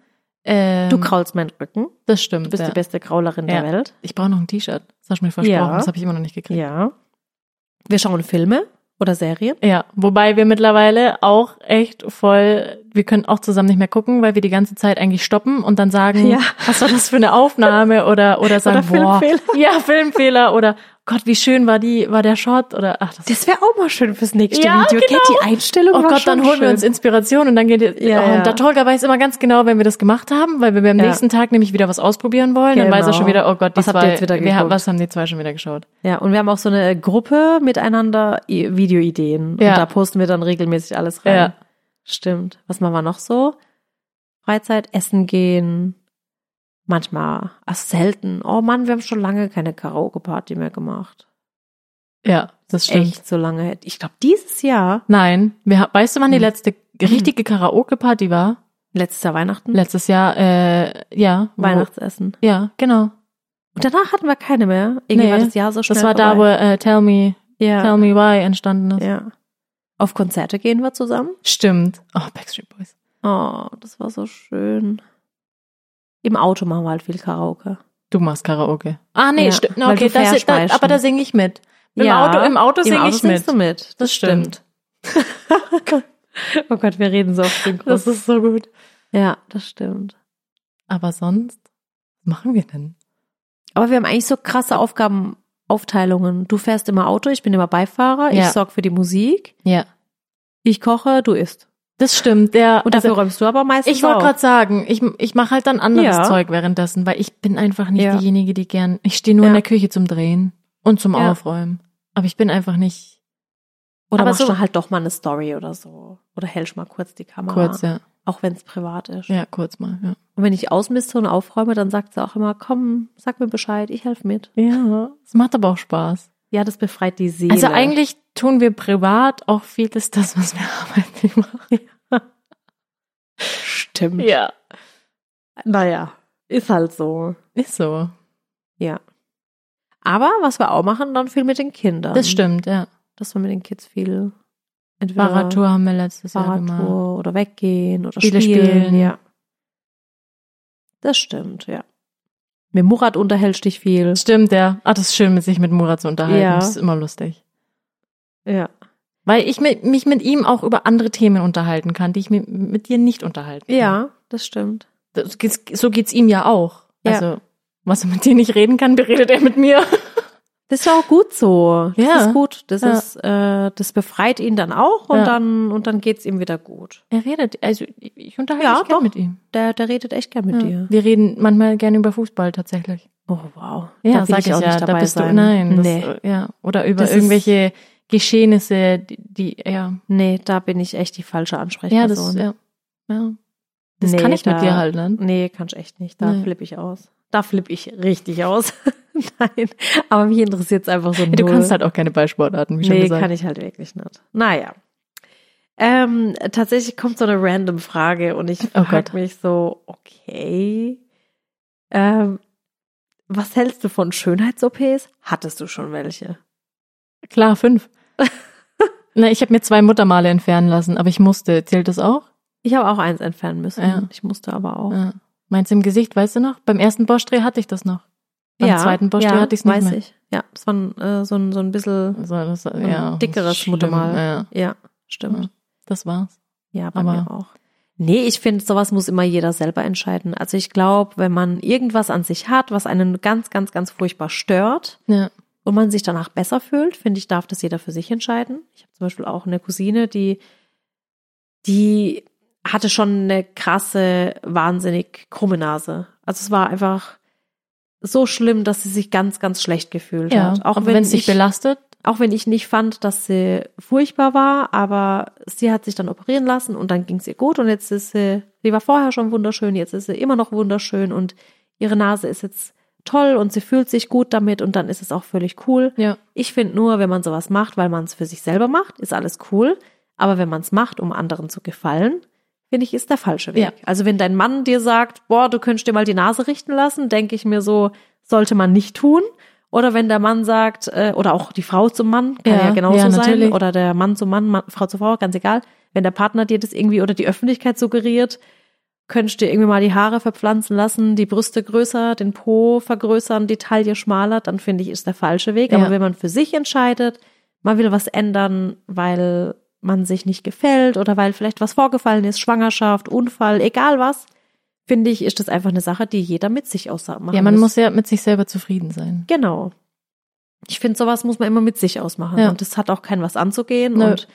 B: Ähm,
A: Du kraulst meinen Rücken.
B: Das
A: Du
B: stimmt.
A: bist
B: ja.
A: die beste Kraulerin
B: Ja.
A: der Welt.
B: Ich brauche noch ein T-Shirt. Das hast du mir versprochen.
A: Ja.
B: Das habe ich immer noch nicht gekriegt.
A: Ja. Wir schauen Filme oder Serien.
B: Ja. Wobei wir mittlerweile auch echt voll, wir können auch zusammen nicht mehr gucken, weil wir die ganze Zeit eigentlich stoppen und dann sagen,
A: Ja.
B: was war das für eine Aufnahme oder, oder sagen, boah,
A: Filmfehler.
B: ja, Filmfehler oder Gott, wie schön war die, war der Shot oder ach, das
A: Das wäre auch mal schön fürs nächste
B: Ja,
A: Video. Genau. die Einstellung
B: Oh
A: war
B: Gott,
A: schon
B: dann holen
A: schön.
B: wir uns Inspiration und dann geht ihr.
A: Ja,
B: oh,
A: ja.
B: Und der Tolga weiß immer ganz genau, wenn wir das gemacht haben, weil wenn wir am
A: Ja.
B: nächsten Tag nämlich wieder was ausprobieren wollen, dann
A: Genau.
B: weiß er schon wieder, oh Gott, die
A: Was habt ihr
B: zwei,
A: jetzt wieder
B: wir, haben-
A: geguckt?
B: was haben die zwei schon wieder geschaut?
A: Ja, und wir haben auch so eine Gruppe miteinander I- Videoideen.
B: Ja.
A: Und da posten wir dann regelmäßig alles rein.
B: Ja.
A: Stimmt. Was machen wir noch so? Freizeit, Essen gehen. Manchmal, ach selten. Oh Mann, wir haben schon lange keine Karaoke-Party mehr gemacht.
B: Ja, das stimmt.
A: Echt so lange. hätte- Ich glaube, dieses Jahr,
B: Nein, wir, ha- weißt du, wann die
A: Hm.
B: letzte richtige Karaoke-Party war?
A: letzter Weihnachten,
B: Letztes Jahr, äh, ja. wo-
A: Weihnachtsessen.
B: Ja, genau.
A: Und danach hatten wir keine mehr. Irgendwie
B: Nee,
A: war das Jahr so schnell
B: Das war da, wo
A: vorbei.
B: äh, Tell Me,
A: ja,
B: Tell Me Why entstanden ist.
A: ja. Auf Konzerte gehen wir zusammen.
B: Stimmt. Oh, Backstreet Boys.
A: Oh, das war so schön. Im Auto machen wir halt viel Karaoke.
B: Du machst Karaoke. Ah, nee,
A: Ja,
B: stimmt.
A: weil
B: Okay,
A: du
B: das,
A: fair
B: da,
A: speist.
B: aber da singe ich mit. Im
A: Ja,
B: Auto, im Auto
A: Im
B: singe
A: Auto
B: ich mit.
A: singst du mit.
B: Das stimmt.
A: [laughs] Oh Gott, wir reden so oft synchron.
B: ist so gut.
A: Ja, das stimmt.
B: Aber sonst, was machen wir denn?
A: Aber wir haben eigentlich so krasse Aufgabenaufteilungen. Du fährst immer Auto, ich bin immer Beifahrer, ich
B: Ja.
A: sorge für die Musik,
B: Ja.
A: ich koche, du isst.
B: Das stimmt, ja.
A: Und dafür räumst du aber meistens
B: Also ich wollte
A: auf.
B: gerade sagen, ich, ich mache halt dann anderes
A: Ja.
B: Zeug währenddessen, weil ich bin einfach nicht
A: Ja.
B: diejenige, die gern. Ich stehe nur
A: Ja.
B: in der Küche zum Drehen und zum
A: Ja.
B: Aufräumen. Aber ich bin einfach nicht
A: Oder
B: Aber
A: machst
B: so-
A: du halt doch mal eine Story oder so. Oder hältst mal kurz die Kamera.
B: kurz, ja.
A: Auch wenn es privat ist.
B: Ja, kurz mal, ja.
A: Und wenn ich ausmiste und aufräume, dann sagt sie auch immer, komm, sag mir Bescheid, ich helfe mit.
B: Ja. Es macht aber auch Spaß.
A: Ja, das befreit die Seele.
B: Also eigentlich tun wir privat auch vieles das, was wir [laughs] arbeitlich machen.
A: stimmt.
B: Ja.
A: Naja, ist halt so.
B: Ist so.
A: Ja. Aber was wir auch machen, dann viel mit den Kindern.
B: Das stimmt, ja.
A: Dass wir mit den Kids viel entweder
B: Fahrradtour haben wir letztes Jahr gemacht.
A: Fahrradtour oder weggehen oder
B: Spiele
A: spielen.
B: spielen.
A: Ja. Das stimmt, ja. Mit Murat unterhältst dich viel.
B: Stimmt, ja. Ah, das ist schön, sich mit Murat zu unterhalten.
A: Ja.
B: Das ist immer lustig.
A: Ja.
B: Weil ich mit, mich mit ihm auch über andere Themen unterhalten kann, die ich mit, mit dir nicht unterhalten kann.
A: Ja, das stimmt.
B: Das, geht's- so geht's ihm ja auch.
A: Ja.
B: Also, was er mit dir nicht reden kann, [laughs] beredet er mit mir.
A: Das ist ja auch gut so. Das
B: Ja.
A: ist gut. Das
B: Ja.
A: ist, äh, das befreit ihn dann auch und
B: Ja.
A: dann und dann geht's ihm wieder gut.
B: Er redet, also ich, ich unterhalte
A: Ja,
B: mich gerne
A: doch.
B: mit ihm.
A: Der, der redet echt gern mit
B: Ja.
A: dir.
B: Wir reden manchmal gerne über Fußball tatsächlich.
A: Oh wow.
B: Ja,
A: will
B: sag ich,
A: auch
B: ja,
A: nicht dabei
B: da bist
A: sein.
B: du. Nein, das,
A: nee.
B: ja. Oder über
A: Das ist-
B: irgendwelche Geschehnisse, die, die ja.
A: nee, da bin ich echt die falsche
B: Ja, das,
A: Ansprechperson.
B: ja. ja. Das
A: Nee,
B: kann ich
A: da-
B: mit dir halt, ne?
A: Nee, kannst echt nicht. Da
B: Nee.
A: flippe ich aus. Da flippe ich richtig aus. [laughs] Nein, aber mich interessiert's einfach so
B: Ja,
A: null.
B: Du kannst halt auch keine Ballsportarten, wie schon
A: nee,
B: gesagt.
A: kann ich halt wirklich nicht. Naja. Ähm, tatsächlich kommt so eine random Frage und ich
B: Oh
A: frage
B: Gott.
A: mich so, okay, ähm, was hältst du von Schönheits-OPs? Hattest du schon welche? [laughs]
B: Klar, fünf. Na, ich habe mir zwei Muttermale entfernen lassen, aber ich musste. Zählt das auch?
A: Ich habe auch eins entfernen müssen.
B: Ja.
A: Ich musste aber auch.
B: Ja. Meins im Gesicht, weißt du noch? Beim ersten Borschträger hatte ich das noch. Beim zweiten Borschträger hatte ich es nicht
A: weiß
B: mehr.
A: ich. Ja, es war ein, äh, so, ein, so ein bisschen,
B: So, das,
A: ein
B: ja,
A: dickeres
B: schlimm.
A: Muttermal.
B: Ja,
A: ja, stimmt.
B: das war's.
A: Ja, bei
B: Aber-
A: mir auch. Nee, ich finde, sowas muss immer jeder selber entscheiden. Also ich glaube, wenn man irgendwas an sich hat, was einen ganz, ganz, ganz furchtbar stört
B: Ja.
A: und man sich danach besser fühlt, finde ich, darf das jeder für sich entscheiden. Ich habe zum Beispiel auch eine Cousine, die, die hatte schon eine krasse, wahnsinnig krumme Nase. Also es war einfach so schlimm, dass sie sich ganz, ganz schlecht gefühlt
B: ja.
A: hat.
B: Auch
A: Auch
B: wenn
A: wenn
B: es dich
A: ich-
B: belastet.
A: auch wenn ich nicht fand, dass sie furchtbar war, aber sie hat sich dann operieren lassen und dann ging es ihr gut und jetzt ist sie, sie war vorher schon wunderschön, jetzt ist sie immer noch wunderschön und ihre Nase ist jetzt toll und sie fühlt sich gut damit und dann ist es auch völlig cool.
B: Ja.
A: Ich finde nur, wenn man sowas macht, weil man es für sich selber macht, ist alles cool. Aber wenn man es macht, um anderen zu gefallen, finde ich, ist der falsche Weg.
B: Ja.
A: Also wenn dein Mann dir sagt, boah, du könntest dir mal die Nase richten lassen, denke ich mir so, sollte man nicht tun. Oder wenn der Mann sagt, äh, oder auch die Frau zum Mann, kann ja,
B: Ja,
A: genauso
B: ja,
A: sein,
B: natürlich.
A: oder der Mann zum Mann, Mann, Frau zu Frau, ganz egal. Wenn der Partner dir das irgendwie oder die Öffentlichkeit suggeriert, könntest du dir irgendwie mal die Haare verpflanzen lassen, die Brüste größer, den Po vergrößern, die Taille schmaler, dann finde ich, ist der falsche Weg. Aber
B: Ja.
A: wenn man für sich entscheidet, man will was ändern, weil man sich nicht gefällt oder weil vielleicht was vorgefallen ist, Schwangerschaft, Unfall, egal was, finde ich, ist das einfach eine Sache, die jeder mit sich ausmachen
B: Ja, man
A: muss.
B: muss ja mit sich selber zufrieden sein.
A: Genau. Ich finde, sowas muss man immer mit sich ausmachen.
B: Ja.
A: Und das hat auch keinen was anzugehen.
B: Nö.
A: Und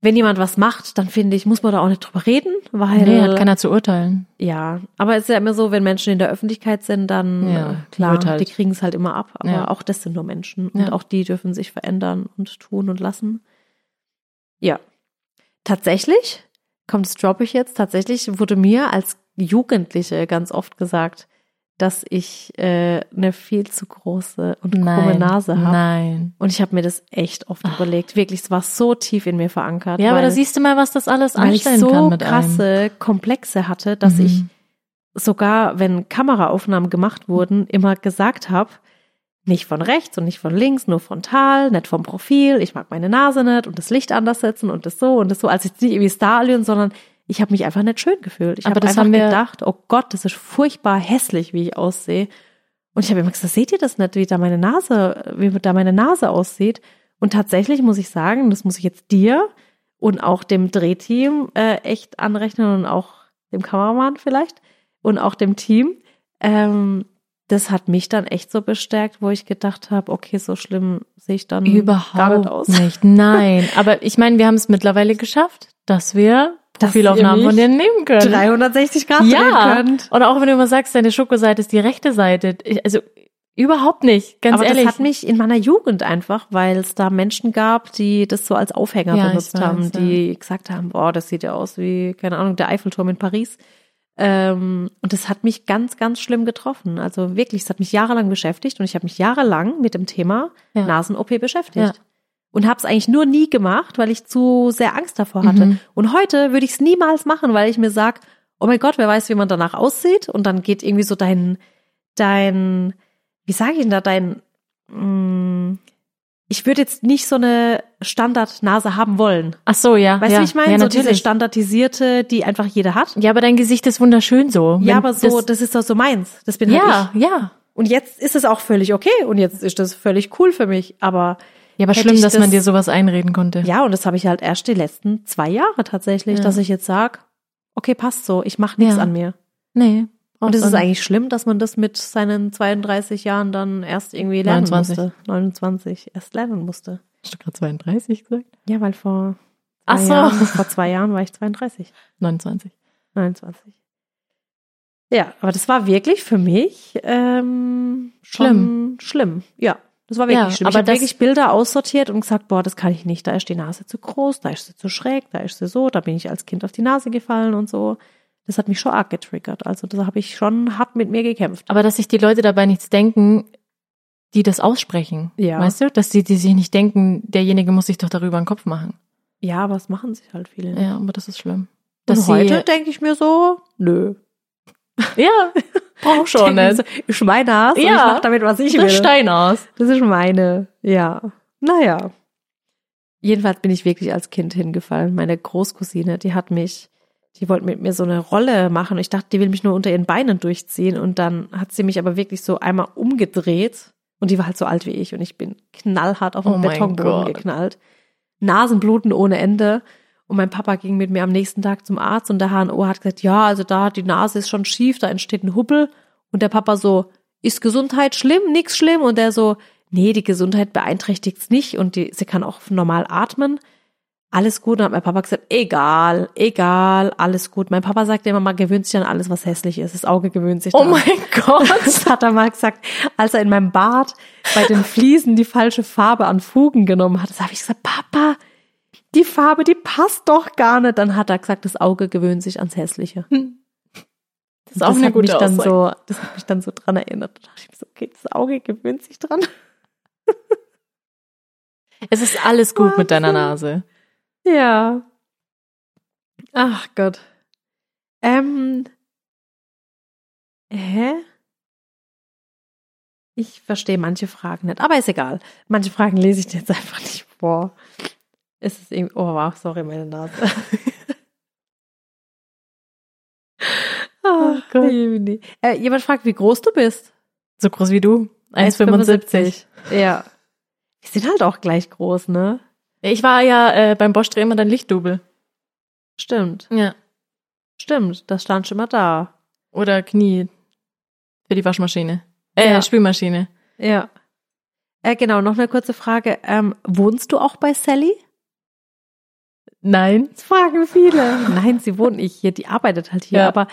A: wenn jemand was macht, dann finde ich, muss man da auch nicht drüber reden, weil
B: Nee, hat keiner zu urteilen.
A: ja, aber es ist ja immer so, wenn Menschen in der Öffentlichkeit sind, dann
B: Ja,
A: äh, klar,
B: wird halt.
A: die kriegen es halt immer ab. Aber
B: Ja.
A: auch das sind nur Menschen und
B: Ja.
A: auch die dürfen sich verändern und tun und lassen. Ja, tatsächlich kommt das droppe ich jetzt. Tatsächlich wurde mir als Jugendliche ganz oft gesagt, dass ich äh, eine viel zu große und krumme
B: Nein.
A: Nase habe.
B: Nein. Ah.
A: Und ich habe mir das echt oft überlegt. Wirklich, es war so tief in mir verankert.
B: Ja, aber
A: weil-
B: da siehst du mal, was das alles
A: weil ich
B: anstellen
A: so
B: kann mit einem.
A: krasse Komplexe hatte, dass
B: Mhm.
A: ich sogar, wenn Kameraaufnahmen gemacht wurden, immer gesagt habe, nicht von rechts und nicht von links, nur frontal, nicht vom Profil, ich mag meine Nase nicht und das Licht anders setzen und das so und das so, als jetzt nicht irgendwie Starlion, sondern ich habe mich einfach nicht schön gefühlt. Ich
B: Aber
A: habe
B: das
A: einfach
B: haben wir-
A: gedacht, oh Gott, das ist furchtbar hässlich, wie ich aussehe. Und ich habe immer gesagt, seht ihr das nicht, wie da meine Nase, wie da meine Nase aussieht? Und tatsächlich muss ich sagen, das muss ich jetzt dir und auch dem Drehteam äh, echt anrechnen und auch dem Kameramann vielleicht und auch dem Team. Ähm, das hat mich dann echt so bestärkt, wo ich gedacht habe, okay, so schlimm sehe ich dann gar nicht
B: Überhaupt
A: Mhm. aus.
B: nicht, Nein. Aber ich meine, wir haben es mittlerweile geschafft, dass wir
A: Dass
B: Profilaufnahmen
A: ihr
B: von
A: mich
B: dir nehmen können.
A: 360 Grad
B: ja.
A: drehen könnt.
B: Oder auch wenn du immer sagst, deine Schokoseite ist die rechte Seite. Ich, also überhaupt nicht, ganz
A: Aber
B: ehrlich.
A: das hat mich in meiner Jugend einfach, weil es da Menschen gab, die das so als Aufhänger
B: Ja, ich
A: benutzt
B: weiß,
A: haben,
B: ja.
A: die gesagt haben, boah, das sieht ja aus wie, keine Ahnung, der Eiffelturm in Paris. Ähm, und das hat mich ganz, ganz schlimm getroffen. Also wirklich, es hat mich jahrelang beschäftigt und ich habe mich jahrelang mit dem Thema
B: Ja.
A: Nasen-OP beschäftigt.
B: Ja.
A: Und habe es eigentlich nur nie gemacht, weil ich zu sehr Angst davor hatte.
B: Mhm.
A: Und heute würde ich es niemals machen, weil ich mir sage, oh mein Gott, wer weiß, wie man danach aussieht. Und dann geht irgendwie so dein, dein, wie sage ich denn da, dein, mm, ich würde jetzt nicht so eine Standardnase haben wollen.
B: Ach so, ja.
A: Weißt
B: ja.
A: du, wie ich meine?
B: Ja,
A: so diese
B: natürlich.
A: standardisierte, die einfach jeder hat.
B: ja, aber dein Gesicht ist wunderschön so. Wenn
A: Ja, aber so, das,
B: Das,
A: ist doch so meins. Das bin halt
B: ja,
A: ich.
B: ja.
A: Und jetzt ist es auch völlig okay und jetzt ist das völlig cool für mich. Aber
B: Ja, aber
A: Hätte
B: schlimm,
A: ich
B: dass
A: das-
B: man dir sowas einreden konnte.
A: ja, und das habe ich halt erst die letzten zwei Jahre tatsächlich,
B: Ja.
A: dass ich jetzt sage, okay, passt so, ich mache nichts
B: Ja.
A: an mir.
B: Nee.
A: Und es ist
B: dann-
A: eigentlich schlimm, dass man das mit seinen 32 Jahren dann erst irgendwie lernen
B: 29.
A: musste. 29 erst lernen musste.
B: Hast du gerade 32 gesagt?
A: Ja, weil vor,
B: Ach
A: zwei
B: so.
A: Jahren,
B: [laughs]
A: vor zwei Jahren war ich 32,
B: 29.
A: 29. Ja, aber das war wirklich für mich ähm, schon schlimm. schlimm. Ja, das war wirklich
B: Ja,
A: schlimm. Ich
B: aber
A: habe
B: das-
A: wirklich Bilder aussortiert und gesagt, boah, das kann ich nicht. Da ist die Nase zu groß, da ist sie zu schräg, da ist sie so, da bin ich als Kind auf die Nase gefallen und so. Das hat mich schon arg getriggert. Also da habe ich schon hart mit mir gekämpft.
B: Aber dass sich die Leute dabei nichts denken, die das aussprechen.
A: Ja.
B: Weißt du? Dass die, die sich nicht denken, derjenige muss sich doch darüber einen Kopf machen.
A: Ja, aber es machen sich halt viele.
B: Ja, aber das ist schlimm.
A: und
B: Dass
A: heute denke ich mir so, nö.
B: sie,
A: [laughs]
B: ja, brauch schon
A: Denke ich so,
B: nicht.
A: Ist mein Haas und ich
B: Ja.
A: mache damit, was ne? ich will.
B: Das Stein aus.
A: Das ist meine, ja. Naja. Jedenfalls bin ich wirklich als Kind hingefallen. Meine Großcousine, die hat mich, die wollte mit mir so eine Rolle machen. Ich dachte, die will mich nur unter ihren Beinen durchziehen. Und dann hat sie mich aber wirklich so einmal umgedreht. Und die war halt so alt wie ich. Und ich bin knallhart auf den
B: Oh mein
A: Betonboden
B: Gott.
A: geknallt. Nasenbluten ohne Ende. Und mein Papa ging mit mir am nächsten Tag zum Arzt und der HNO hat gesagt, ja, also da, die Nase ist schon schief, da entsteht ein Hubbel. Und der Papa so, ist Gesundheit schlimm, nix schlimm? Und der so, nee, die Gesundheit beeinträchtigt's nicht und die, sie kann auch normal atmen. Alles gut. Und dann hat mein Papa gesagt, egal, egal, alles gut. Mein Papa sagt immer, man gewöhnt sich an alles, was hässlich ist. Das Auge gewöhnt sich
B: Oh
A: daran.
B: mein [laughs] Gott.
A: [laughs] Das hat er mal gesagt, als er in meinem Bad bei den Fliesen die falsche Farbe an Fugen genommen hat. Das habe ich gesagt, Papa, die Farbe, die passt doch gar nicht. Dann hat er gesagt, das Auge gewöhnt sich ans Hässliche.
B: Das ist auch eine
A: hat
B: gute
A: mich dann
B: Aussage.
A: so, Das hat mich dann so dran erinnert. Da dachte ich mir so, okay, das Auge gewöhnt sich dran.
B: Es ist alles gut mit deiner
A: Wahnsinn.
B: Nase.
A: Ja. Ach Gott. Ähm. Hä? Ich verstehe manche Fragen nicht, aber ist egal. Manche Fragen lese ich dir jetzt einfach nicht vor. Es ist irgendwie. Oh, wow, sorry, meine Nase. [laughs] Ach
B: Gott.
A: Jemini. Äh, jemand fragt, wie groß du bist.
B: So groß wie du. 1,75.
A: Ja. Wir sind halt auch gleich groß, ne?
B: Ich war ja äh, beim Bosch Dreh immer dein Lichtdubel.
A: Stimmt,
B: Ja.
A: stimmt. Das stand schon mal da.
B: Oder Knie. Für die Waschmaschine. Äh,
A: Ja.
B: Spülmaschine.
A: Ja. Äh, genau, noch eine kurze Frage. Ähm, wohnst du auch bei Sally?
B: Nein.
A: Das fragen viele. Nein, sie wohnt nicht hier, die arbeitet halt hier.
B: Ja.
A: Aber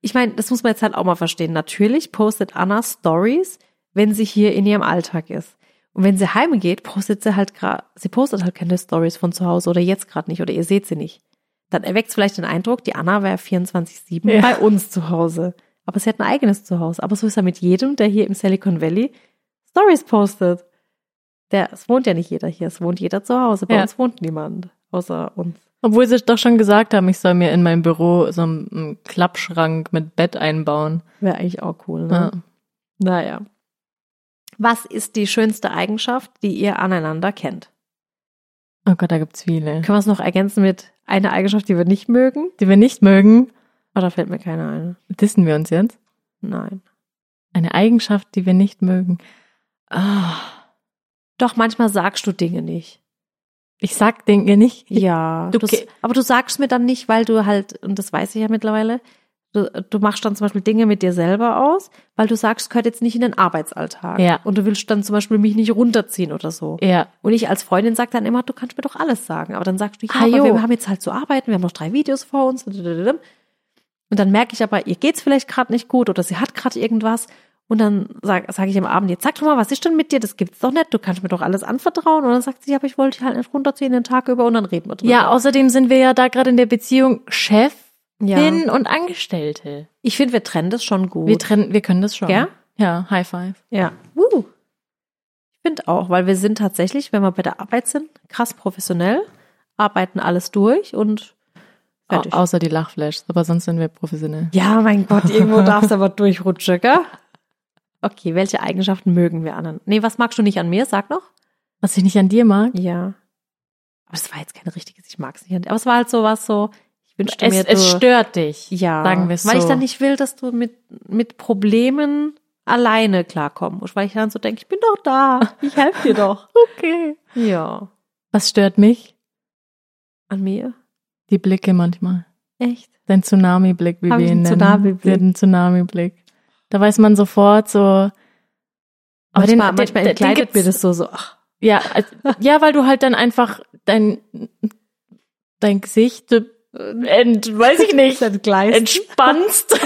A: ich meine, das muss man jetzt halt auch mal verstehen. Natürlich postet Anna Stories, wenn sie hier in ihrem Alltag ist. Und wenn sie heimgeht, postet sie halt gerade, sie postet halt keine Stories von zu Hause oder jetzt gerade nicht oder ihr seht sie nicht. Dann erweckt es vielleicht den Eindruck, die Anna wäre 24-7
B: Ja.
A: bei uns zu Hause. Aber sie hat ein eigenes Zuhause. Aber so ist er mit jedem, der hier im Silicon Valley Stories postet. Der, es wohnt ja nicht jeder hier, es wohnt jeder zu Hause. Bei
B: Ja.
A: uns wohnt niemand außer uns.
B: Obwohl sie doch schon gesagt haben, ich soll mir in meinem Büro so einen einen Klappschrank mit Bett einbauen. Ah.
A: Wäre eigentlich auch cool,
B: Ja.
A: ne? Naja. Was ist die schönste Eigenschaft, die ihr aneinander kennt?
B: Oh Gott, da gibt's viele.
A: Können wir es noch ergänzen mit einer Eigenschaft, die wir nicht mögen?
B: Die wir nicht mögen,
A: Oder fällt mir keine ein?
B: dissen wir uns jetzt.
A: Nein.
B: Eine Eigenschaft, die wir nicht mögen. Ah,
A: Doch, manchmal sagst du Dinge nicht.
B: ich sag den ihr nicht.
A: Ja.
B: Du
A: Du
B: ge-
A: aber du sagst mir dann nicht, weil du halt, und das weiß ich ja mittlerweile, du, du machst dann zum Beispiel Dinge mit dir selber aus, weil du sagst, gehört jetzt nicht in den Arbeitsalltag.
B: Ja.
A: Und du willst dann zum Beispiel mich nicht runterziehen oder so.
B: Ja,
A: Und ich als Freundin sage dann immer, du kannst mir doch alles sagen. Aber dann sagst du, ja,
B: Ah, jo.
A: aber wir haben jetzt halt zu arbeiten, wir haben noch drei Videos vor uns. Und dann merke ich aber, ihr geht's vielleicht gerade nicht gut oder sie hat gerade irgendwas. Und dann sage sag ich am Abend, jetzt sag doch mal, was ist denn mit dir? Das gibt's doch nicht. Du kannst mir doch alles anvertrauen. Und dann sagt sie, ja, aber ich wollte dich halt nicht runterziehen den Tag über und dann reden wir drüber.
B: ja außerdem sind wir ja da gerade in der Beziehung Chefin
A: ja.
B: und Angestellte.
A: Ich finde, wir trennen das schon gut.
B: Wir trennen, wir können das schon.
A: Ja?
B: Ja, High Five.
A: ja. Uh. Ich finde auch, weil wir sind tatsächlich, wenn wir bei der Arbeit sind, krass professionell, arbeiten alles durch und
B: Au
A: fertig.
B: außer die Lachflash, aber sonst sind wir professionell.
A: Ja, mein Gott, irgendwo darfst du aber durchrutschen, gell? Okay, welche Eigenschaften mögen wir an? Nee, was magst du nicht an mir? Sag noch.
B: Was ich nicht an dir mag,
A: Ja. Aber es war jetzt kein richtiges, ich mag's nicht an dir. Aber es war halt sowas so, ich wünschte
B: es,
A: mir, du,
B: es stört dich.
A: ja,
B: sagen wir's
A: Weil ich
B: so.
A: dann nicht will, dass du mit, mit Problemen alleine klarkommen musst, weil ich dann so denke, ich bin doch da, ich helfe dir doch.
B: Okay.
A: [laughs] ja.
B: Was stört mich?
A: An mir?
B: Die Blicke manchmal.
A: Echt?
B: Dein Tsunami-Blick, wie
A: Hab
B: wir
A: ich
B: ihn
A: einen
B: nennen.
A: Tsunami-Blick?
B: Den Tsunami-Blick. Da weiß man sofort so.
A: Aber manchmal, manchmal entkleidet mir das
B: gibt's-
A: so, so, ach, [laughs]
B: Ja, als- ja, weil du halt dann einfach dein, dein Gesicht äh, ent, weiß ich nicht,
A: entgleist. [laughs]
B: entspannst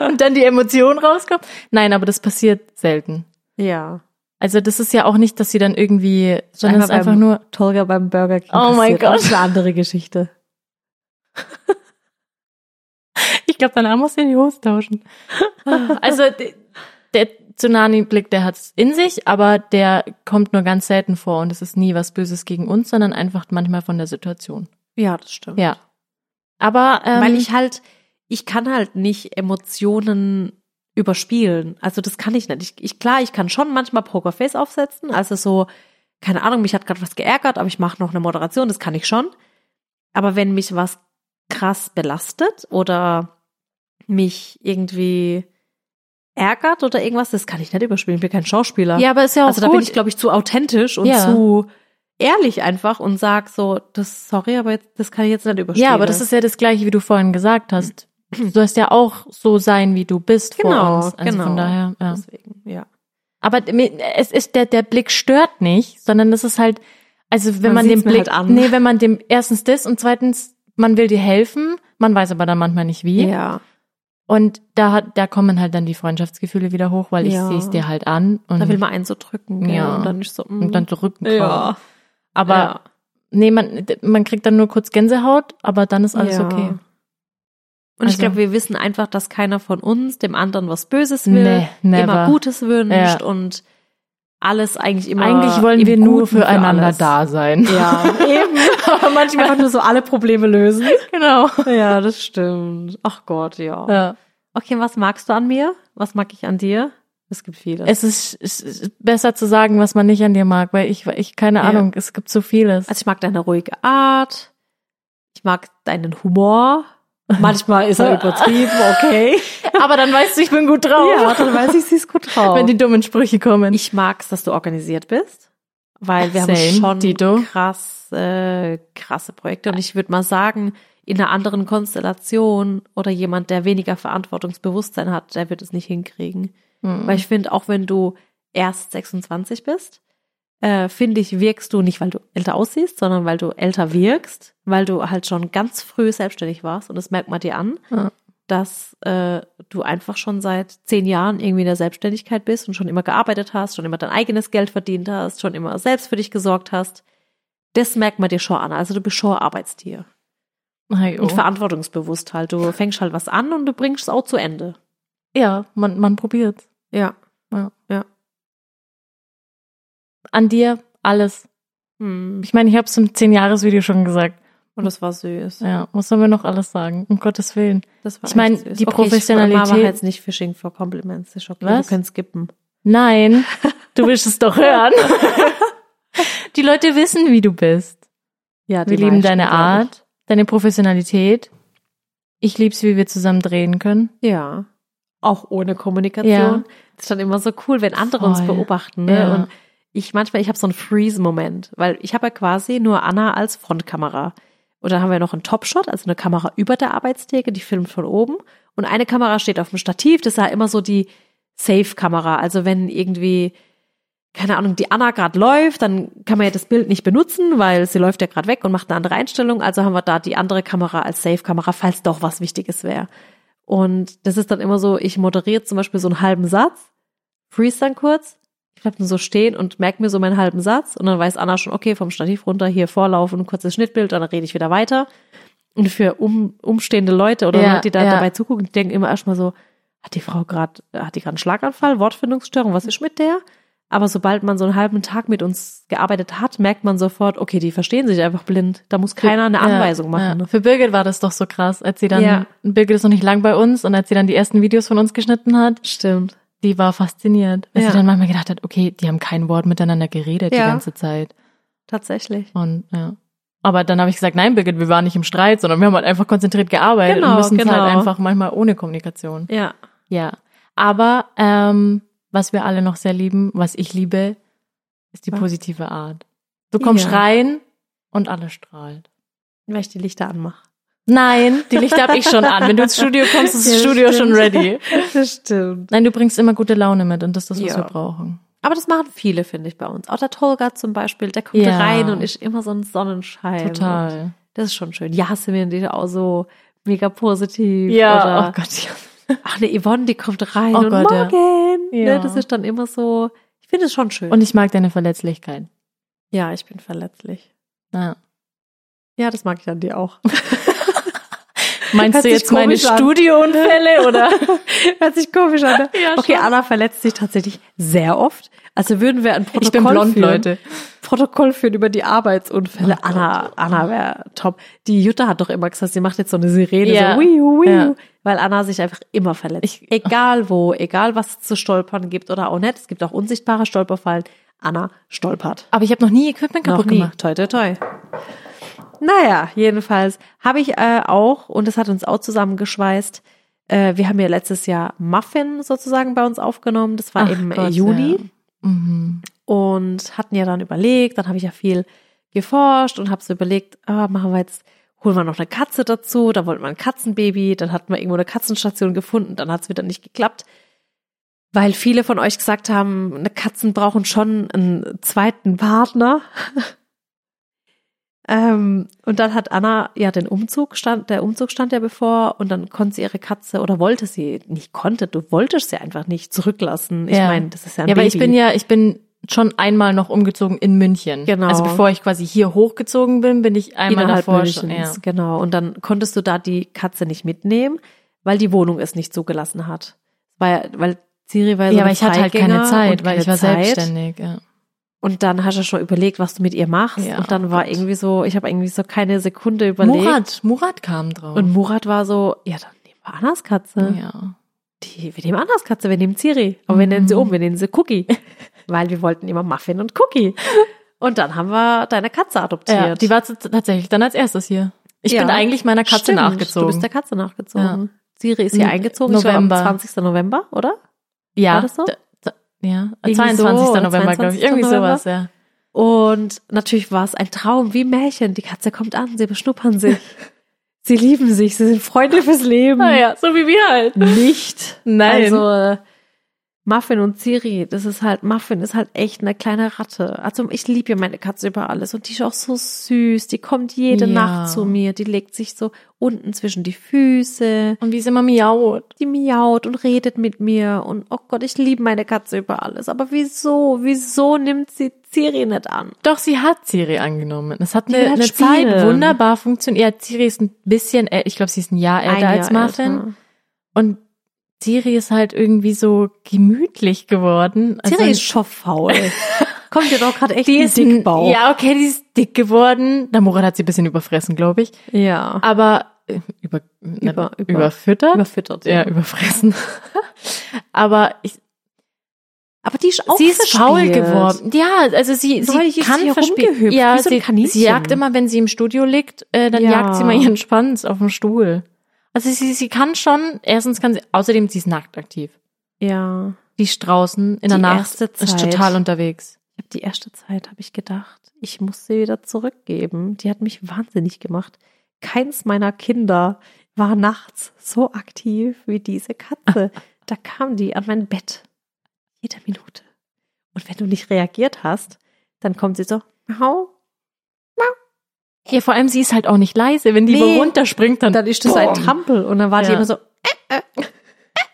B: und dann die Emotion rauskommt. Nein, aber das passiert selten.
A: Ja.
B: Also das ist ja auch nicht, dass sie dann irgendwie, sondern
A: Einmal
B: es ist einfach
A: beim-
B: nur,
A: Tolga beim Burger King.
B: Oh
A: passiert.
B: mein
A: Aber
B: Gott.
A: Das ist eine andere Geschichte.
B: ich glaube, danach musst du die Hose tauschen. [laughs] Also d- der Tsunami-Blick, der hat's in sich, aber der kommt nur ganz selten vor und es ist nie was Böses gegen uns, sondern einfach manchmal von der Situation.
A: Ja, das stimmt.
B: Ja. Aber ähm,
A: Weil ich halt, ich kann halt nicht Emotionen überspielen. Also das kann ich nicht. Ich, ich klar, ich kann schon manchmal Pokerface aufsetzen. Also so, keine Ahnung, mich hat gerade was geärgert, aber ich mache noch eine Moderation, das kann ich schon. Aber wenn mich was krass belastet oder mich irgendwie ärgert oder irgendwas, das kann ich nicht überspielen. Ich bin kein Schauspieler.
B: ja, aber ist ja auch
A: also
B: gut.
A: da bin ich, glaube ich, zu authentisch und
B: Ja.
A: zu ehrlich einfach und sag so, das sorry, aber jetzt, das kann ich jetzt nicht überspielen.
B: Ja, aber das ist ja das Gleiche, wie du vorhin gesagt hast. Du sollst ja auch so sein, wie du bist vor
A: Genau,
B: uns. Also
A: genau.
B: Von daher, ja.
A: deswegen, ja.
B: Aber mir- es ist der der Blick stört nicht, sondern es ist halt also
A: Man
B: wenn man, den
A: sieht's mir
B: Blick
A: halt an.
B: nee, wenn man dem erstens das und zweitens man will dir helfen, man weiß aber dann manchmal nicht wie
A: Ja.
B: und da hat da kommen halt dann die Freundschaftsgefühle wieder hoch, weil
A: Ja.
B: ich sehe es dir halt an und,
A: Da will man einen so drücken, gell?
B: Ja.
A: Und dann ist so, mm.
B: und dann zurück.
A: ja.
B: Aber
A: ja.
B: nee, man man kriegt dann nur kurz Gänsehaut, aber dann ist alles
A: Ja.
B: okay.
A: Und ich
B: Also-
A: glaube, wir wissen einfach, dass keiner von uns dem anderen was Böses will,
B: Nee, never.
A: immer Gutes wünscht
B: Ja.
A: und alles eigentlich immer.
B: Eigentlich wollen
A: im
B: wir nur
A: Guten für
B: füreinander
A: alles.
B: da sein.
A: Ja, eben. Aber manchmal einfach nur so alle Probleme lösen.
B: [laughs] genau.
A: [laughs] Ja, das stimmt. Ach Gott, ja.
B: Ja.
A: Okay, was magst du an mir? Was mag ich an dir? Es gibt viele.
B: Es ist, es ist besser zu sagen, was man nicht an dir mag, weil ich, weil ich keine
A: Ja.
B: Ahnung, es gibt so vieles.
A: Also ich mag deine ruhige Art. Ich mag deinen [laughs] Humor. Manchmal ist er übertrieben, okay.
B: aber dann weißt du, ich bin gut drauf.
A: [laughs] Ja, dann weiß ich, sie ist gut drauf.
B: [laughs] Wenn die dummen Sprüche kommen.
A: Ich mag's, dass du organisiert bist, weil wir
B: Same,
A: haben schon
B: Dito.
A: krass, äh, krasse Projekte. Und ich würde mal sagen, in einer anderen Konstellation oder jemand, der weniger Verantwortungsbewusstsein hat, der wird es nicht hinkriegen.
B: Mhm.
A: Weil ich finde, auch wenn du erst 26 bist, äh, finde ich, wirkst du nicht, weil du älter aussiehst, sondern weil du älter wirkst, weil du halt schon ganz früh selbstständig warst und das merkt man dir an,
B: Ja.
A: dass äh, du einfach schon seit zehn Jahren irgendwie in der Selbstständigkeit bist und schon immer gearbeitet hast, schon immer dein eigenes Geld verdient hast, schon immer selbst für dich gesorgt hast. Das merkt man dir schon an. Also du bist schon ein Arbeitstier
B: Hey,
A: und
B: oh.
A: verantwortungsbewusst halt. Du fängst halt was an und du bringst es auch zu Ende.
B: Ja, man, man probiert.
A: Ja.
B: An dir alles.
A: Hm.
B: Ich meine, ich habe es im 10-Jahres-Video schon gesagt.
A: Und das war süß.
B: Ja, was sollen wir noch alles sagen? Um Gottes Willen.
A: Das war
B: Ich meine,
A: echt süß.
B: die
A: okay, Ich mache
B: Professionalität-
A: jetzt halt nicht Fishing for Compliments. Ist okay,
B: Was?
A: Wir können skippen.
B: Nein, du willst es doch hören. [laughs] die Leute wissen, wie du bist.
A: Ja,
B: Wir lieben deine Art, deine Professionalität. Ich lieb's, wie wir zusammen drehen können.
A: Ja. Auch ohne Kommunikation.
B: Ja.
A: Das ist dann immer so cool, wenn andere uns
B: Voll.
A: beobachten. Ne?
B: Ja.
A: Und ich manchmal, ich habe so einen Freeze-Moment, weil ich habe ja quasi nur Anna als Frontkamera. Und dann haben wir noch einen Topshot, also eine Kamera über der Arbeitstheke, die filmt von oben. Und eine Kamera steht auf dem Stativ, das ist ja immer so die Safe-Kamera. Also wenn irgendwie, keine Ahnung, die Anna gerade läuft, dann kann man ja das Bild nicht benutzen, weil sie läuft ja gerade weg und macht eine andere Einstellung. Also haben wir da die andere Kamera als Safe-Kamera, falls doch was Wichtiges wäre. Und das ist dann immer so, ich moderiere zum Beispiel so einen halben Satz, freeze dann kurz, ich bleib dann so stehen und merke mir so meinen halben Satz und dann weiß Anna schon, okay, vom Stativ runter, hier vorlaufen, kurzes Schnittbild, dann rede ich wieder weiter. Und für um, umstehende Leute oder
B: Ja,
A: Leute, die da
B: ja.
A: dabei zugucken, die denken immer erstmal so, hat die Frau gerade, hat die gerade einen Schlaganfall, Wortfindungsstörung, was ist mit der? Aber sobald man so einen halben Tag mit uns gearbeitet hat, merkt man sofort, okay, die verstehen sich einfach blind. Da muss keiner eine
B: Ja,
A: Anweisung machen.
B: ja. Für Birgit war das doch so krass, als sie dann,
A: Ja.
B: Birgit ist noch nicht lang bei uns und als sie dann die ersten Videos von uns geschnitten hat,
A: Stimmt.
B: die war fasziniert. Weil
A: Ja.
B: sie dann manchmal gedacht hat, okay, die haben kein Wort miteinander geredet
A: Ja.
B: die ganze Zeit.
A: Tatsächlich.
B: Und ja. Aber dann habe ich gesagt, nein, Birgit, wir waren nicht im Streit, sondern wir haben halt einfach konzentriert gearbeitet
A: Genau,
B: und müssen es
A: genau.
B: halt einfach manchmal ohne Kommunikation.
A: Ja.
B: Ja. Aber ähm, was wir alle noch sehr lieben, was ich liebe, ist die
A: Was?
B: positive Art. Du kommst
A: Ja.
B: rein und alles strahlt.
A: Wenn ich die Lichter anmache.
B: Nein, die Lichter habe ich schon an. Wenn du ins Studio kommst, ist das
A: Ja,
B: Studio schon
A: stimmt.
B: [laughs] ready.
A: Das stimmt.
B: Nein, du bringst immer gute Laune mit und das ist das, was
A: Ja.
B: wir brauchen.
A: Aber das machen viele, finde ich, bei uns. Auch der Tolga zum Beispiel, der kommt
B: Ja.
A: rein und ist immer so ein Sonnenschein. Und
B: Total.
A: Das ist schon schön. Jasmin, die ist auch so mega positiv.
B: Ja.
A: Oder,
B: Oh Gott, ja.
A: Ach ne, Yvonne, die kommt rein
B: Oh
A: und
B: Gott, ja.
A: morgen.
B: Ja.
A: Ne, das ist dann immer so, ich finde es schon schön.
B: Und ich mag deine Verletzlichkeit.
A: ja, ich bin verletzlich.
B: Ja.
A: Ja, das mag ich an dir auch.
B: Meinst
A: Hört
B: du
A: sich
B: jetzt meine
A: komisch an. [laughs]
B: Studiounfälle oder?
A: [laughs] Hört sich komisch an. Ne?
B: Ja,
A: okay,
B: schon.
A: Anna verletzt sich tatsächlich sehr oft. Also würden wir ein Protokoll
B: Ich bin blond,
A: führen.
B: Leute.
A: Protokoll führen über die Arbeitsunfälle.
B: Oh Gott.
A: Anna, Anna wäre top. Die Jutta hat doch immer gesagt, sie macht jetzt so eine Sirene,
B: Ja.
A: so ui, ui,
B: Ja. oh.
A: weil Anna sich einfach immer verletzt. egal wo, egal was es zu stolpern gibt oder auch nicht, es gibt auch unsichtbare Stolperfallen. Anna stolpert.
B: Aber ich habe noch nie Equipment
A: Noch
B: kaputt
A: nie.
B: gemacht.
A: Toi, toi, toi. Naja, jedenfalls habe ich äh, auch, und das hat uns auch zusammengeschweißt, äh, wir haben ja letztes Jahr Muffin sozusagen bei uns aufgenommen. Das war
B: Ach
A: im äh,
B: Gott,
A: Juni
B: Ja. Mhm.
A: und hatten ja dann überlegt, dann habe ich ja viel geforscht und habe so überlegt, ah, machen wir jetzt, holen wir noch eine Katze dazu, dann wollten wir ein Katzenbaby, dann hatten wir irgendwo eine Katzenstation gefunden, dann hat es wieder nicht geklappt, weil viele von euch gesagt haben, eine Katzen brauchen schon einen zweiten Partner. [laughs] Ähm, und dann hat Anna ja den Umzug stand, der Umzug stand ja bevor und dann konnte sie ihre Katze oder wollte sie, nicht konnte, du wolltest sie einfach nicht zurücklassen. Ich
B: Ja.
A: meine, das ist ja ein
B: Ja,
A: Baby.
B: weil ich bin ja, ich bin schon einmal noch umgezogen in München.
A: Genau.
B: Also bevor ich quasi hier hochgezogen bin, bin ich einmal
A: Innerhalb
B: davor schon. Ja.
A: Münchens, genau. Und dann konntest du da die Katze nicht mitnehmen, weil die Wohnung es nicht zugelassen hat. Weil, weil Siri war ja so
B: ja, aber
A: ein
B: ich hatte halt keine
A: Freigänger
B: Zeit,
A: und
B: weil
A: keine
B: ich war
A: Zeit.
B: selbstständig. Ja.
A: Und dann hast du schon überlegt, was du mit ihr machst.
B: Ja, oh
A: und dann war
B: Gott.
A: irgendwie so, ich habe irgendwie so keine Sekunde überlegt.
B: Murat, Murat kam drauf.
A: Und äh, Murat war so, ja, dann nehmen wir Annas Katze.
B: ja.
A: Die, wir nehmen Annas Katze, wir nehmen Ciri. Und wir
B: Mhm.
A: nennen sie um, wir nennen sie Cookie.
B: [laughs]
A: Weil wir wollten immer Muffin und Cookie. Und dann haben wir deine Katze adoptiert.
B: ja, die war zu- tatsächlich dann als erstes hier. Ich
A: Ja.
B: bin eigentlich meiner Katze
A: Stimmt,
B: nachgezogen.
A: Du bist der Katze nachgezogen.
B: Ja.
A: Siri ist hier
B: N-
A: eingezogen. Ich glaube, am
B: November.
A: 20. November, oder?
B: ja,
A: war das so?
B: d- d- ja,
A: Irgendwie
B: 22.
A: so, oder
B: November, glaube ich.
A: 22.
B: Irgendwie
A: November?
B: sowas, ja.
A: Und natürlich war es ein Traum, wie ein Märchen. Die Katze kommt an, sie beschnuppern
B: [laughs]
A: sich. sie lieben sich, sie sind Freunde fürs Leben.
B: Naja, so wie wir halt.
A: Nicht.
B: Nein.
A: Also äh, Muffin und Siri, das ist halt, Muffin ist halt echt eine kleine Ratte. Also ich liebe ja meine Katze über alles und die ist auch so süß. Die kommt jede
B: Ja.
A: Nacht zu mir, die legt sich so unten zwischen die Füße.
B: Und wie sie immer miaut.
A: die miaut und redet mit mir und oh Gott, ich liebe meine Katze über alles. Aber wieso, wieso nimmt sie Siri nicht an?
B: Doch, sie hat Siri angenommen. Das hat
A: will
B: eine,
A: halt
B: eine
A: spielen.
B: Zeit wunderbar funktioniert. Ja, Siri ist ein bisschen, äl- ich glaube, sie ist ein Jahr älter
A: Ein Jahr
B: Äh, als Muffin.
A: älter.
B: Und Siri ist halt irgendwie so gemütlich geworden. Also-
A: Siri ist schoffaul.
B: [laughs]
A: Kommt dir doch gerade echt
B: die
A: ein
B: ist ein-
A: Dickbauch.
B: Ja, okay, die ist dick geworden. Der Murat hat sie ein bisschen überfressen, glaube ich.
A: ja.
B: Aber äh, über,
A: Über- über-
B: überfüttert?
A: Überfüttert.
B: ja, überfressen. [laughs] Aber ich,
A: Aber die ist auch
B: sie ist faul
A: verspielt.
B: geworden. Ja, also sie, sie
A: Neulich ist
B: kann
A: sie
B: verspielt.
A: herumgehüpft,
B: Ja,
A: wie so ein
B: sie,
A: Kaninchen.
B: sie jagt immer, wenn sie im Studio liegt, äh, dann
A: Ja.
B: jagt sie immer ihren Schwanz auf dem Stuhl. Also sie, sie kann schon, erstens kann sie, außerdem sie ist nackt aktiv.
A: Ja.
B: Die ist draußen in
A: Die
B: der Nacht
A: erste
B: ist
A: Zeit.
B: total unterwegs.
A: Ich hab Die erste Zeit habe ich gedacht, ich muss sie wieder zurückgeben. Die hat mich wahnsinnig gemacht. Keins meiner Kinder war nachts so aktiv wie diese [laughs] Katze. Da kam die an mein Bett. Jede Minute. Und wenn du nicht reagiert hast, dann kommt sie so, hau.
B: Ja, vor allem sie ist halt auch nicht leise. Wenn die
A: Nee.
B: wo runterspringt, dann
A: Und dann ist das ein
B: Boom.
A: Trampel. Und dann war die
B: Ja.
A: immer so.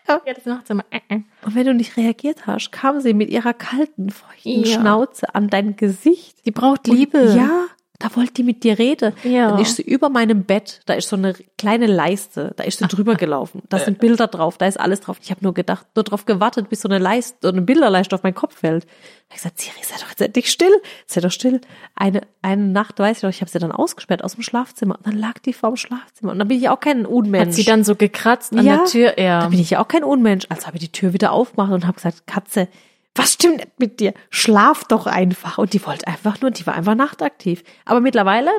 B: Ja, das macht sie immer. Äh, äh.
A: Und wenn du nicht reagiert hast, kam sie mit ihrer kalten, feuchten
B: Ja.
A: Schnauze an dein Gesicht.
B: Die braucht Liebe.
A: Und, ja, da wollte die mit dir reden.
B: Ja.
A: Dann ist sie über meinem Bett, da ist so eine kleine Leiste, da ist sie drüber gelaufen. Da
B: [laughs]
A: sind Bilder drauf, da ist alles drauf. Ich habe nur gedacht, nur drauf gewartet, bis so eine Leiste, so eine Bilderleiste auf meinen Kopf fällt. Da hab ich gesagt, Siri, sei doch jetzt endlich still, sei doch still. Eine, eine Nacht, weiß ich noch, ich habe sie dann ausgesperrt aus dem Schlafzimmer. Und dann lag die vorm Schlafzimmer. Und dann bin ich ja auch kein Unmensch.
B: Hat sie dann so gekratzt an
A: Ja.
B: der Tür?
A: Da
B: Ja.
A: bin ich ja auch kein Unmensch. Also habe ich die Tür wieder aufgemacht und habe gesagt, Katze, was stimmt nicht mit dir? Schlaf doch einfach. Und die wollte einfach nur, die war einfach nachtaktiv. Aber mittlerweile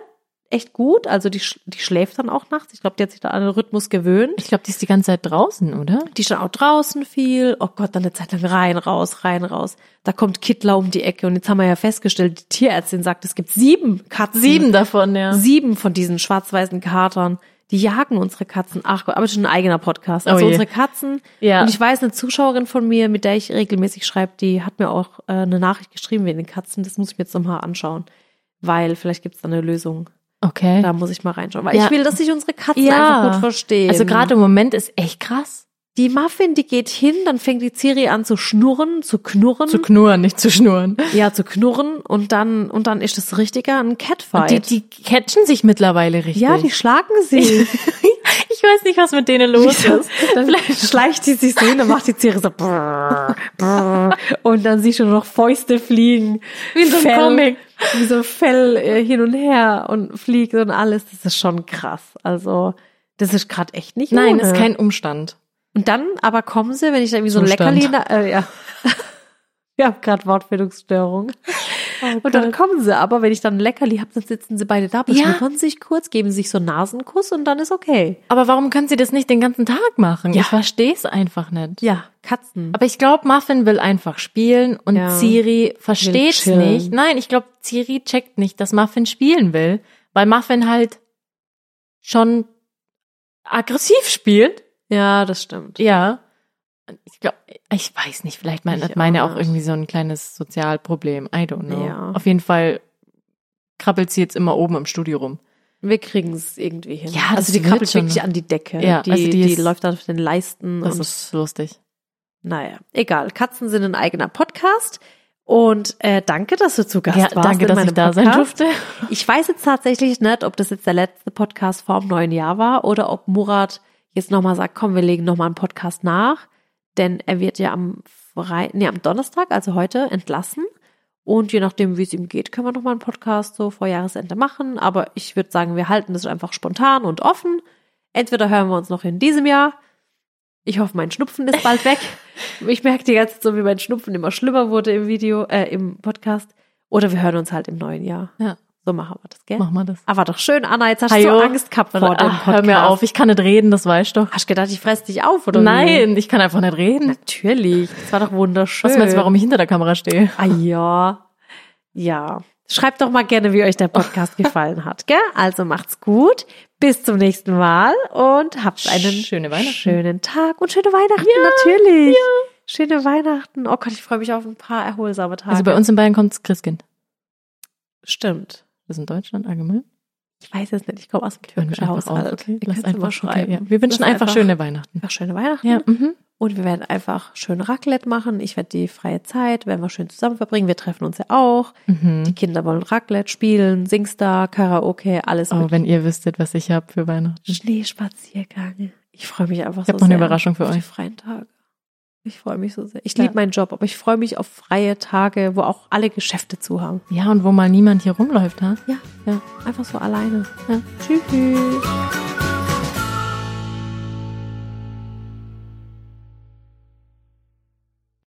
A: echt gut. Also die, sch- die schläft dann auch nachts. Ich glaube, die hat sich da an den Rhythmus gewöhnt.
B: Ich glaube, die ist die ganze Zeit draußen, oder?
A: Die ist dann auch draußen viel. Oh Gott, dann eine Zeit lang rein, raus, rein, raus. Da kommt Kittler um die Ecke. Und jetzt haben wir ja festgestellt, die Tierärztin sagt, es gibt sieben Katzen.
B: Sieben davon, ja.
A: Sieben von diesen schwarz-weißen Katern, die jagen unsere Katzen. Ach Gott, aber das ist ein eigener Podcast. Also
B: Oh je.
A: unsere Katzen.
B: Ja.
A: Und ich weiß, eine Zuschauerin von mir, mit der ich regelmäßig schreibe, die hat mir auch äh, eine Nachricht geschrieben wegen den Katzen. Das muss ich mir jetzt nochmal anschauen. Weil vielleicht gibt es da eine Lösung.
B: Okay.
A: Da muss ich mal reinschauen. Weil
B: Ja.
A: ich will, dass sich unsere Katzen
B: Ja.
A: einfach gut verstehen.
B: Also gerade im Moment ist echt krass.
A: die Muffin, die geht hin, dann fängt die Ciri an zu schnurren, zu knurren.
B: Zu knurren, nicht zu schnurren.
A: ja, zu knurren. Und dann, und dann ist das richtiger ein Catfight.
B: Die, die catchen sich mittlerweile richtig.
A: ja, die schlagen
B: [laughs]
A: sie.
B: ich weiß nicht, was mit denen los ist.
A: Dann schleicht die sich so hin, dann macht die Ziere so brrr, brrr, und dann siehst du nur noch Fäuste fliegen.
B: Wie in so einem Comic.
A: Wie so ein Fell äh, hin und her und fliegt und alles. Das ist schon krass. Also das ist gerade echt nicht
B: Nein,
A: ohne.
B: ist kein Umstand.
A: Und dann aber kommen sie, wenn ich da irgendwie so ein
B: Zustand.
A: Leckerli... na- Äh, ja. [laughs] Wir haben gerade Wortbildungsstörung. Und dann kommen sie aber, wenn ich dann ein Leckerli habe, dann sitzen sie beide da, beschnuppern sich kurz, geben sich so einen Nasenkuss und dann ist okay.
B: Aber warum können sie das nicht den ganzen Tag machen?
A: Ja.
B: Ich verstehe es einfach nicht.
A: Ja, Katzen.
B: Aber ich glaube, Muffin will einfach spielen und
A: Ja.
B: Ciri versteht's
A: chillen.
B: nicht. Nein, ich glaube, Ciri checkt nicht, dass Muffin spielen will, weil Muffin halt schon aggressiv spielt.
A: Ja, das stimmt.
B: Ja. Und Ich glaube, ich weiß nicht, vielleicht mein,
A: Ich
B: hat meine
A: auch
B: auch
A: nicht.
B: irgendwie so ein kleines Sozialproblem. I don't know.
A: Ja.
B: Auf jeden Fall krabbelt sie jetzt immer oben im Studio rum.
A: Wir kriegen es irgendwie hin.
B: Ja, das
A: also die
B: wird
A: krabbelt
B: schon. ne?
A: wirklich an die Decke.
B: Ja,
A: die,
B: also die
A: die,
B: ist-
A: läuft dann auf den Leisten.
B: Das
A: und,
B: ist lustig.
A: naja, egal. Katzen sind ein eigener Podcast. Und äh, danke, dass du zu Gast
B: Ja,
A: warst.
B: danke,
A: in
B: dass
A: meinem
B: ich da sein
A: Podcast.
B: durfte.
A: [laughs] Ich weiß jetzt tatsächlich nicht, ob das jetzt der letzte Podcast vorm neuen Jahr war oder ob Murat jetzt nochmal sagt, komm, wir legen nochmal einen Podcast nach. Denn er wird ja am Frei nee, am Donnerstag, also heute, entlassen. Und je nachdem, wie es ihm geht, können wir nochmal einen Podcast so vor Jahresende machen. Aber ich würde sagen, wir halten das einfach spontan und offen. Entweder hören wir uns noch in diesem Jahr. Ich hoffe, mein Schnupfen ist bald weg. Ich merke die ganze Zeit so, wie mein Schnupfen immer schlimmer wurde im Video, äh, im Podcast. Oder wir hören uns halt im neuen Jahr.
B: Ja,
A: So machen wir das, gell?
B: mach mal das.
A: Aber doch schön, Anna, jetzt hast du
B: Hajo.
A: so Angst gehabt vor dem Podcast.
B: Ach, hör mir auf, ich kann nicht reden, das weißt du doch.
A: Hast du gedacht, ich fress dich auf, oder Wie?
B: Nein, ich kann einfach nicht reden.
A: Natürlich, das war doch wunderschön.
B: Was meinst du, warum ich hinter der Kamera stehe?
A: Ah ja, ja. Schreibt doch mal gerne, wie euch der
B: [laughs]
A: Podcast gefallen hat, gell? Also macht's gut, bis zum nächsten Mal und habt einen
B: Schöne Weihnachten.
A: schönen Tag und schöne Weihnachten, natürlich. Schöne Weihnachten. Oh Gott, ich freue mich auf ein paar erholsame Tage.
B: Also bei uns in Bayern kommt's Christkind.
A: Stimmt.
B: Das ist in Deutschland allgemein.
A: Ich weiß jetzt nicht, ich komme aus dem
B: Hören wir
A: türkischen
B: einfach auf,
A: Haushalt.
B: okay?
A: Ihr
B: Lass
A: könnt's mir mal
B: einfach
A: schreiben.
B: schreiben. Ja. Wir wünschen
A: Lass
B: einfach
A: [laughs]
B: schöne Weihnachten.
A: einfach schöne Weihnachten.
B: Ja, mhm.
A: Und wir werden einfach schön Raclette machen. Ich werde die freie Zeit, werden wir schön zusammen verbringen. Wir treffen uns ja auch. Die
B: Mhm.
A: Kinder wollen Raclette spielen, Singstar, Karaoke, alles
B: Oh,
A: mit
B: wenn ihr wüsstet, was ich habe für Weihnachten.
A: Schneespaziergang. Ich freue mich einfach
B: Ich
A: so
B: habe noch eine
A: sehr
B: Überraschung für
A: auf die
B: euch.
A: freien Tage. Ich freue mich so sehr. Ich
B: Ja.
A: liebe meinen Job, aber ich freue mich auf freie Tage, wo auch alle Geschäfte zu haben.
B: Ja, und wo mal niemand hier rumläuft, ha?
A: Ja,
B: Ja.
A: einfach so alleine.
B: Ja.
A: Tschüss.